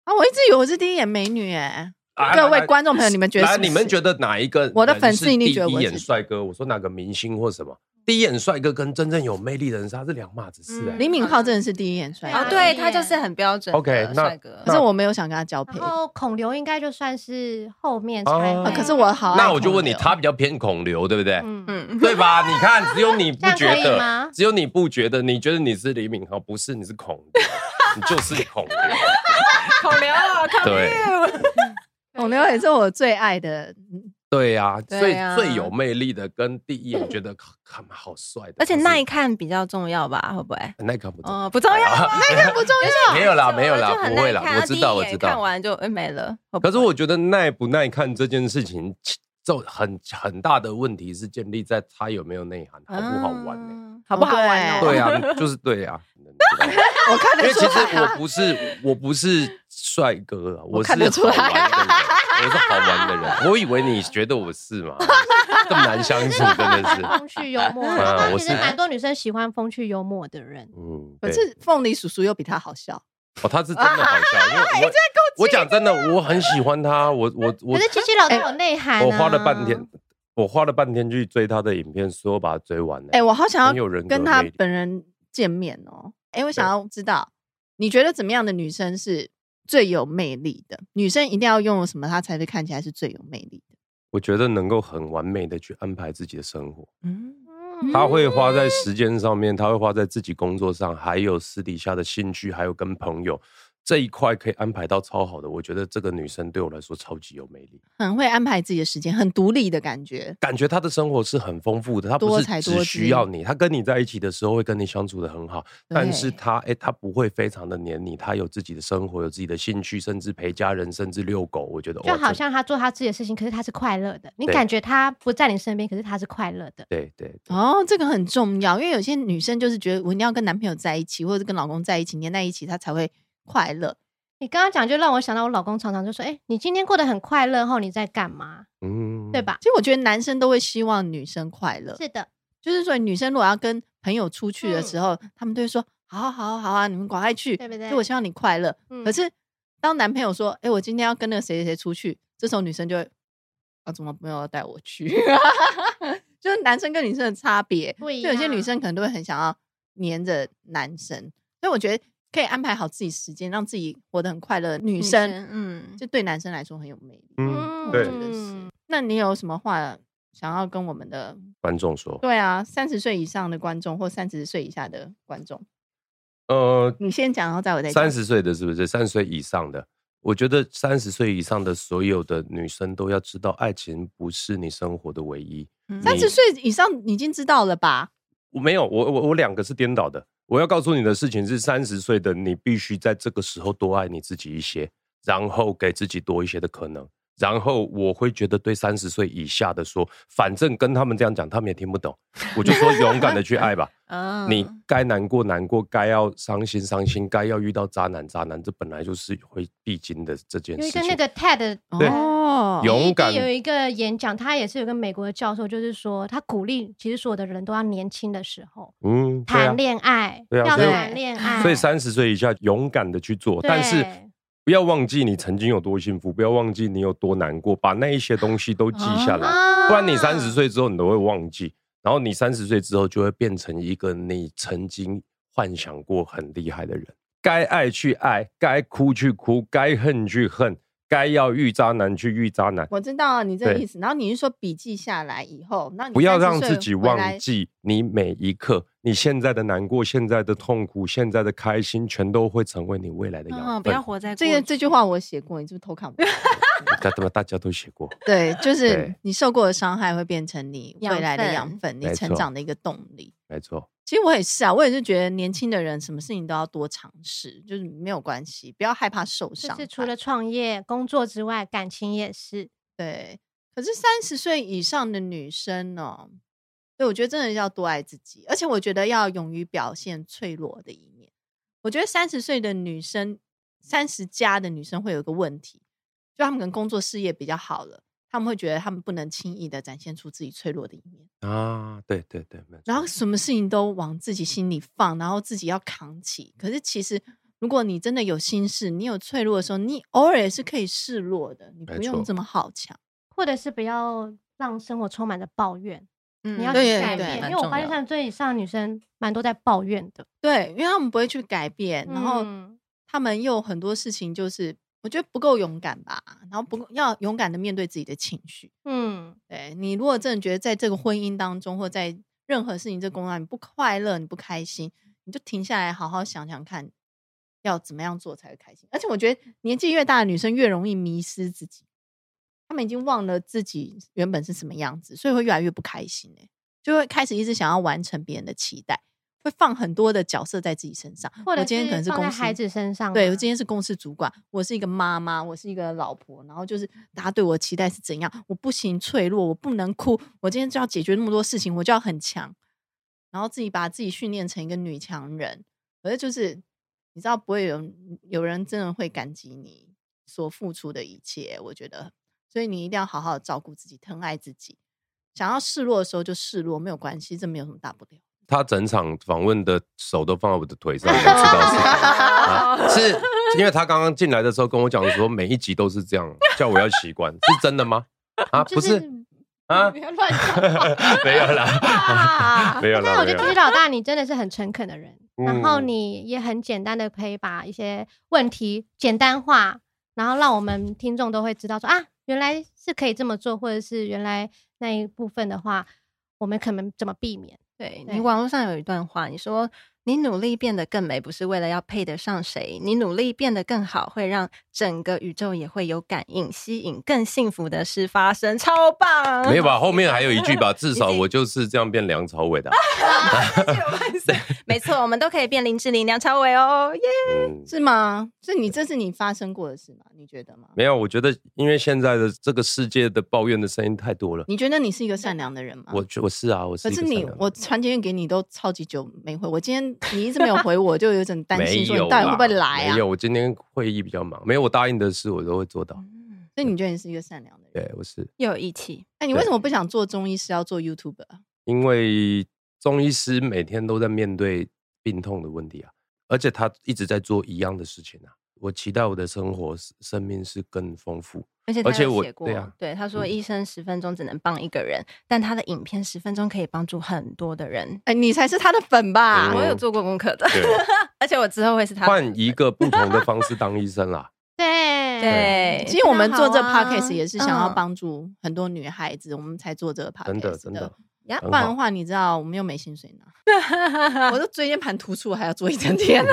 Speaker 1: 啊，我一直以为我是第一眼美女哎，
Speaker 4: 啊
Speaker 1: 各位
Speaker 4: 来
Speaker 1: 观众朋友你们觉得
Speaker 4: 来
Speaker 1: 是不
Speaker 4: 你们
Speaker 1: 是
Speaker 4: 觉得哪一个？
Speaker 1: 我的粉丝一定觉得
Speaker 4: 第一
Speaker 1: 我
Speaker 4: 眼
Speaker 1: 是
Speaker 4: 帅哥。我说哪个明星或什么，第一眼帅哥跟真正有魅力的人是他是两码子事哎
Speaker 3: 嗯。
Speaker 1: 李敏镐真的是第一眼帅
Speaker 2: 啊
Speaker 3: 哦，
Speaker 1: 哥，
Speaker 3: 对他就是很标准的
Speaker 4: OK，那
Speaker 3: 帅哥
Speaker 1: 可。是我没有想跟他交配
Speaker 2: 然，后孔刘应该就算是后面才
Speaker 4: 哦
Speaker 2: 会，
Speaker 4: 啊
Speaker 1: 可是我好爱
Speaker 4: 那我就问你，
Speaker 1: 孔刘
Speaker 4: 他比较偏孔流，对不对？
Speaker 2: 嗯，
Speaker 3: 嗯，
Speaker 4: 对吧？你看，只有你不
Speaker 2: 这
Speaker 4: 觉
Speaker 2: 样可以
Speaker 4: 得
Speaker 2: 吗，
Speaker 4: 只有你不觉得，你觉得你是李敏镐，不是你是孔 刘，你就是孔刘。
Speaker 3: 孔刘，孔
Speaker 4: 对
Speaker 3: 刘，
Speaker 1: 孔刘也是我最爱的，嗯
Speaker 4: 对呀、所以
Speaker 3: 对
Speaker 1: 啊
Speaker 3: 呀
Speaker 4: 最有魅力的跟第一眼觉得看嘛好帅的，
Speaker 3: 而且
Speaker 4: 不是
Speaker 3: 耐看比较重要吧？会不会？
Speaker 4: 耐看不重要
Speaker 3: 哦，不重要，
Speaker 1: 那个不重要。
Speaker 4: 呃啊 没有啦，没有
Speaker 3: 就
Speaker 4: 啦，
Speaker 3: 很
Speaker 4: 不会
Speaker 3: 耐
Speaker 4: 啦，
Speaker 3: 看
Speaker 4: 我知道，
Speaker 3: 他
Speaker 4: 我
Speaker 3: 第一眼
Speaker 4: 知道
Speaker 3: 看。完就哎没了。会不
Speaker 4: 可是
Speaker 3: 会
Speaker 4: 我觉得耐不耐看这件事情，就很很大的问题是建立在他有没有内涵，
Speaker 3: 啊
Speaker 4: 好不好玩呢、
Speaker 3: 嗯好不好玩哦？
Speaker 4: 对啊， 就是 对啊，你知道吗
Speaker 1: 我看
Speaker 4: 因
Speaker 1: 得
Speaker 4: 为其
Speaker 1: 出
Speaker 4: 实
Speaker 1: 来
Speaker 4: 我
Speaker 1: 啊，
Speaker 4: 不是我不是帅哥啊，我是
Speaker 1: 看得出来
Speaker 4: 好玩的人，我是好玩的 人。我以为你觉得我是嘛，这么难相处，真的是。
Speaker 2: 风趣幽默，
Speaker 4: 嗯
Speaker 2: 然
Speaker 4: 我
Speaker 2: 后
Speaker 4: 是
Speaker 2: 其实蛮多女生喜欢风趣幽默的人。
Speaker 4: 嗯，
Speaker 1: 可
Speaker 4: 对。
Speaker 1: 是凤梨叔叔又比他好笑，
Speaker 4: 哦，他是真的好 笑，因
Speaker 1: 哎
Speaker 4: 为我我讲真的，我很喜欢他，我我我
Speaker 2: 可是七七老师有内涵啊，
Speaker 4: 我花了半天，我花了半天去追他的影片，所以我把他追完了。
Speaker 1: 哎，我好想
Speaker 4: 很有
Speaker 1: 要
Speaker 4: 人格
Speaker 1: 跟他
Speaker 4: 魅力
Speaker 1: 本人见面哦。哎，我想要知道，你觉得怎么样的女生是最有魅力的？女生一定要拥有什么，她才会看起来是最有魅力的？
Speaker 4: 我觉得能够很完美的去安排自己的生活，
Speaker 3: 嗯，
Speaker 2: 嗯
Speaker 4: 他会花在时间上面，他会花在自己工作上，还有私底下的兴趣，还有跟朋友这一块可以安排到超好的。我觉得这个女生对我来说超级有魅力，
Speaker 1: 很会安排自己的时间，很独立的感觉。
Speaker 4: 感觉她的生活是很丰富的，她不
Speaker 1: 多
Speaker 4: 是
Speaker 1: 才
Speaker 4: 只
Speaker 1: 多
Speaker 4: 需
Speaker 1: 姿
Speaker 4: 要你，她跟你在一起的时候会跟你相处的很好，但是
Speaker 1: 对
Speaker 4: 他哎、他不会非常的黏你，他有自己的生活，有自己的兴趣，甚至陪家人，甚至遛狗。我觉得哦
Speaker 2: 就
Speaker 4: 哇
Speaker 2: 好
Speaker 4: 这
Speaker 2: 像他做他自己的事情，可是他是快乐的。你
Speaker 4: 对
Speaker 2: 感觉他不在你身边，可是他是快乐的。
Speaker 4: 对对对
Speaker 1: 哦，这个很重要，因为有些女生就是觉得我一定要跟男朋友在一起，或者是跟老公在一起，黏在一起，她才会快乐。
Speaker 2: 你刚刚讲就让我想到，我老公常常就说：“哎、你今天过得很快乐后，你在干嘛？
Speaker 4: 嗯
Speaker 2: 对？吧
Speaker 1: 其实我觉得男生都会希望女生快？”乐，
Speaker 2: 是的，
Speaker 1: 就是说女生如果要跟朋友出去的时候，他们都会说好啊好啊好啊，你们赶快去，
Speaker 2: 对不对
Speaker 1: 就我希望你快乐。
Speaker 2: 嗯
Speaker 1: 可是当男朋友说，哎、我今天要跟那个谁谁谁出去，这时候女生就会啊，怎么没有要带我去？ 就是男生跟女生的差别，
Speaker 2: 不一
Speaker 1: 就有些女
Speaker 2: 样
Speaker 1: 生可能都会很想要黏着男生，所以我觉得可以安排好自己时间，让自己活得很快乐。女生，
Speaker 3: 嗯，
Speaker 1: 就对男生来说很有魅力。
Speaker 4: 嗯，
Speaker 2: 嗯
Speaker 4: 对
Speaker 1: 我，觉得是。那你有什么话想要跟我们的？
Speaker 4: 观众说，
Speaker 1: 对啊，三十岁以上的观众或三十岁以下的观众，
Speaker 4: 呃，
Speaker 1: 你先讲，然后再我再讲
Speaker 4: 三。十岁的是不是？三十岁以上的，我觉得三十岁以上的所有的女生都要知道，爱情不是你生活的唯一。
Speaker 3: 嗯
Speaker 1: 三十岁以上你已经知道了吧？
Speaker 4: 我没有，我我我两个是颠倒的。我要告诉你的事情是，三十岁的你必须在这个时候多爱你自己一些，然后给自己多一些的可能。然后我会觉得对三十岁以下的说，反正跟他们这样讲，他们也听不懂，我就说勇敢的去爱吧。
Speaker 3: 嗯
Speaker 4: 你该难过难过，该要伤心伤心，该要遇到渣男渣男，这本来就是会必经的这件
Speaker 2: 有
Speaker 4: 事
Speaker 2: 一
Speaker 4: 情
Speaker 2: 个。那个 TED
Speaker 4: 对
Speaker 1: 哦
Speaker 4: 有勇
Speaker 2: 一
Speaker 4: 敢
Speaker 2: 有一个演讲，他也是有个美国的教授，就是说他鼓励其实所有的人都要年轻的时候
Speaker 4: 嗯，对啊
Speaker 2: 谈。恋爱，
Speaker 4: 对啊
Speaker 2: 要
Speaker 4: 所
Speaker 1: 以
Speaker 2: 谈恋爱，
Speaker 4: 所以三十岁以下勇敢的去做，
Speaker 2: 对
Speaker 4: 但是不要忘记你曾经有多幸福，不要忘记你有多难过，把那一些东西都记下来，
Speaker 2: 啊
Speaker 4: 不然你三十岁之后你都会忘记，然后你三十岁之后就会变成一个你曾经幻想过很厉害的人。该爱去爱，该哭去哭，该恨去恨，该要遇渣男去遇渣男。
Speaker 1: 我知道你这个
Speaker 4: 对
Speaker 1: 意思。然后你是说笔记下来以后，那你
Speaker 4: 不要
Speaker 1: 30
Speaker 4: 让
Speaker 1: 岁
Speaker 4: 自己
Speaker 1: 回
Speaker 4: 忘
Speaker 1: 来
Speaker 4: 记你每一刻，你现在的难过、现在的痛苦、现在的开心，全都会成为你未来的养
Speaker 3: 嗯，
Speaker 4: 分。
Speaker 3: 不要活在
Speaker 1: 这
Speaker 3: 过
Speaker 1: 个
Speaker 3: 去
Speaker 1: 这句话我写过，你是不是偷看 我？
Speaker 4: 大他妈 大家都写过，
Speaker 1: 对，就是
Speaker 4: 对
Speaker 1: 你受过的伤害会变成你未来的养
Speaker 3: 养
Speaker 1: 分，你
Speaker 4: 没
Speaker 1: 成
Speaker 4: 错
Speaker 1: 长的一个动力。
Speaker 4: 没 错。
Speaker 1: 其实我也是啊，我也是觉得年轻的人什么事情都要多尝试，就是没有关系，不要害怕受
Speaker 2: 就
Speaker 1: 伤害。
Speaker 2: 是除了创业、工作之外，感情也是。
Speaker 1: 对，可是三十岁以上的女生呢、哦，对我觉得真的要多爱自己，而且我觉得要勇于表现脆弱的一面。我觉得三十岁的女生，三十加的女生会有一个问题，就她们可能工作事业比较好了，她们会觉得她们不能轻易的展现出自己脆弱的一面。
Speaker 4: 啊，对对对，没错
Speaker 1: 然后什么事情都往自己心里放，然后自己要扛起。可是其实，如果你真的有心事，你有脆弱的时候，你偶尔也是可以示弱的，你不
Speaker 4: 没
Speaker 1: 用
Speaker 4: 错
Speaker 1: 这么好强。
Speaker 2: 或者是不要让生活充满着抱怨，
Speaker 3: 嗯
Speaker 2: 你要去
Speaker 1: 对
Speaker 2: 改
Speaker 1: 对
Speaker 2: 变。
Speaker 1: 蛮
Speaker 2: 因为我发现
Speaker 3: 重要
Speaker 2: 三十岁以上的女生蛮多在抱怨的，
Speaker 1: 对，因为他们不会去改变，然后
Speaker 2: 嗯
Speaker 1: 他们又有很多事情就是。我觉得不够勇敢吧，然后不够要勇敢的面对自己的情绪。
Speaker 2: 嗯，
Speaker 1: 对你，如果真的觉得在这个婚姻当中，或在任何事情这工作上你不快乐、你不开心，你就停下来好好想想看，要怎么样做才会开心。而且我觉得年纪越大的女生越容易迷失自己，她们已经忘了自己原本是什么样子，所以会越来越不开心、欸、就会开始一直想要完成别人的期待，会放很多的角色在自己身上。
Speaker 2: 或者
Speaker 1: 我今天可能是
Speaker 2: 放在
Speaker 1: 公司
Speaker 2: 孩子身上啊，
Speaker 1: 对，我今天是公司主管，我是一个妈妈，我是一个老婆，然后就是大家对我的期待是怎样？我不行脆弱，我不能哭，我今天就要解决那么多事情，我就要很强，然后自己把自己训练成一个女强人。可是就是你知道，不会有人有人真的会感激你所付出的一切，我觉得，所以你一定要好好照顾自己，疼爱自己。想要示弱的时候就示弱，没有关系，这没有什么大不了。
Speaker 4: 他整场访问的手都放在我的 腿上，我知道是谁啊， 是因为他刚刚进来的时候跟我讲说，每一集都是这样，叫我要习 惯，是真的吗？啊，
Speaker 2: 就
Speaker 4: 不是啊
Speaker 1: 不，要乱讲话。
Speaker 4: 没有啦，
Speaker 2: 啊
Speaker 4: 没有啦
Speaker 2: 那我觉
Speaker 4: 没
Speaker 2: 得
Speaker 4: 有
Speaker 2: 其实老大你真的是很诚恳的人，然后
Speaker 4: 嗯
Speaker 2: 你也很简单的可以把一些问题简单化，然后让我们听众都会知道说啊，原来是可以这么做，或者是原来那一部分的话，我们可能怎么避免？
Speaker 3: 对
Speaker 2: 对
Speaker 3: 你网络上有一段话，你说你努力变得更美，不是为了要配得上谁，你努力变得更好，会让整个宇宙也会有感应，吸引更幸福的事发生，超棒！
Speaker 4: 没有吧？后面还有一句 吧，至少我就是这样变梁朝伟的啊，
Speaker 3: 没错，我们都可以变林志玲、梁朝伟哦，耶！
Speaker 4: 嗯。
Speaker 1: 是吗？是你这是你发生过的事吗？你觉得吗？
Speaker 4: 没有，我觉得因为现在的这个世界的抱怨的声音太多了。
Speaker 1: 你觉得你是一个善良的人吗？
Speaker 4: 我觉我是啊，我是
Speaker 1: 可
Speaker 4: 一个
Speaker 1: 是
Speaker 4: 善良
Speaker 1: 你
Speaker 4: 的人。，
Speaker 1: 我传简讯给你都超级久没回，我今天你一直没有回我，我就有点担
Speaker 4: 没
Speaker 1: 心，说
Speaker 4: 有
Speaker 1: 你到底会不会
Speaker 4: 啦
Speaker 1: 来啊
Speaker 4: 没？有，我今天会议比较忙，没有我答应的事我都会做
Speaker 1: 嗯
Speaker 4: 到。
Speaker 1: 所以你觉得你是一个善良的人？
Speaker 4: 嗯对，我是
Speaker 3: 又有义气，
Speaker 1: 哎，你为什么不想做中医师，要做 YouTube？
Speaker 4: 因为中医师每天都在面对病痛的问题啊，而且他一直在做一样的事情啊。我期待我的生活是生命是更丰富。
Speaker 3: 而且他
Speaker 4: 而且
Speaker 3: 有
Speaker 4: 我
Speaker 3: 写过，
Speaker 4: 对啊
Speaker 3: 他说
Speaker 4: 嗯
Speaker 3: 医生十分钟只能帮一个人，但他的影片十分钟可以帮助很多的人。啊
Speaker 1: 哎，你才是他的粉吧？
Speaker 4: 嗯
Speaker 3: 我有做过功课的，
Speaker 4: 哦对，
Speaker 3: 而且我之后会是他的
Speaker 4: 换一个不同的方式当医生啦。
Speaker 2: 对
Speaker 3: 对，
Speaker 1: 其实我们做这
Speaker 3: 非常好啊
Speaker 1: podcast 也是想要
Speaker 3: 嗯
Speaker 1: 帮助很多女孩子，我们才做这个 podcast
Speaker 4: 真的真的
Speaker 2: 呀
Speaker 4: 很
Speaker 1: 不然
Speaker 4: 好
Speaker 1: 的话，你知道我们又没薪 水拿，我都椎间盘突出，还要做一整天，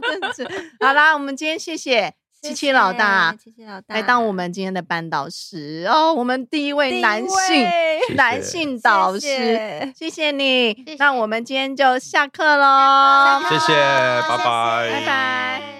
Speaker 1: 真的是。好啦，我们今天谢谢七七老大
Speaker 3: 七七老大
Speaker 1: 来当我们今天的班导师哦，我们第一位男
Speaker 3: 第一
Speaker 1: 性
Speaker 3: 位
Speaker 4: 谢
Speaker 1: 男性导师，
Speaker 3: 谢谢
Speaker 1: 谢谢你
Speaker 2: 谢谢。
Speaker 1: 那我们今天就下课喽，
Speaker 4: 谢谢，拜拜，
Speaker 1: 拜拜。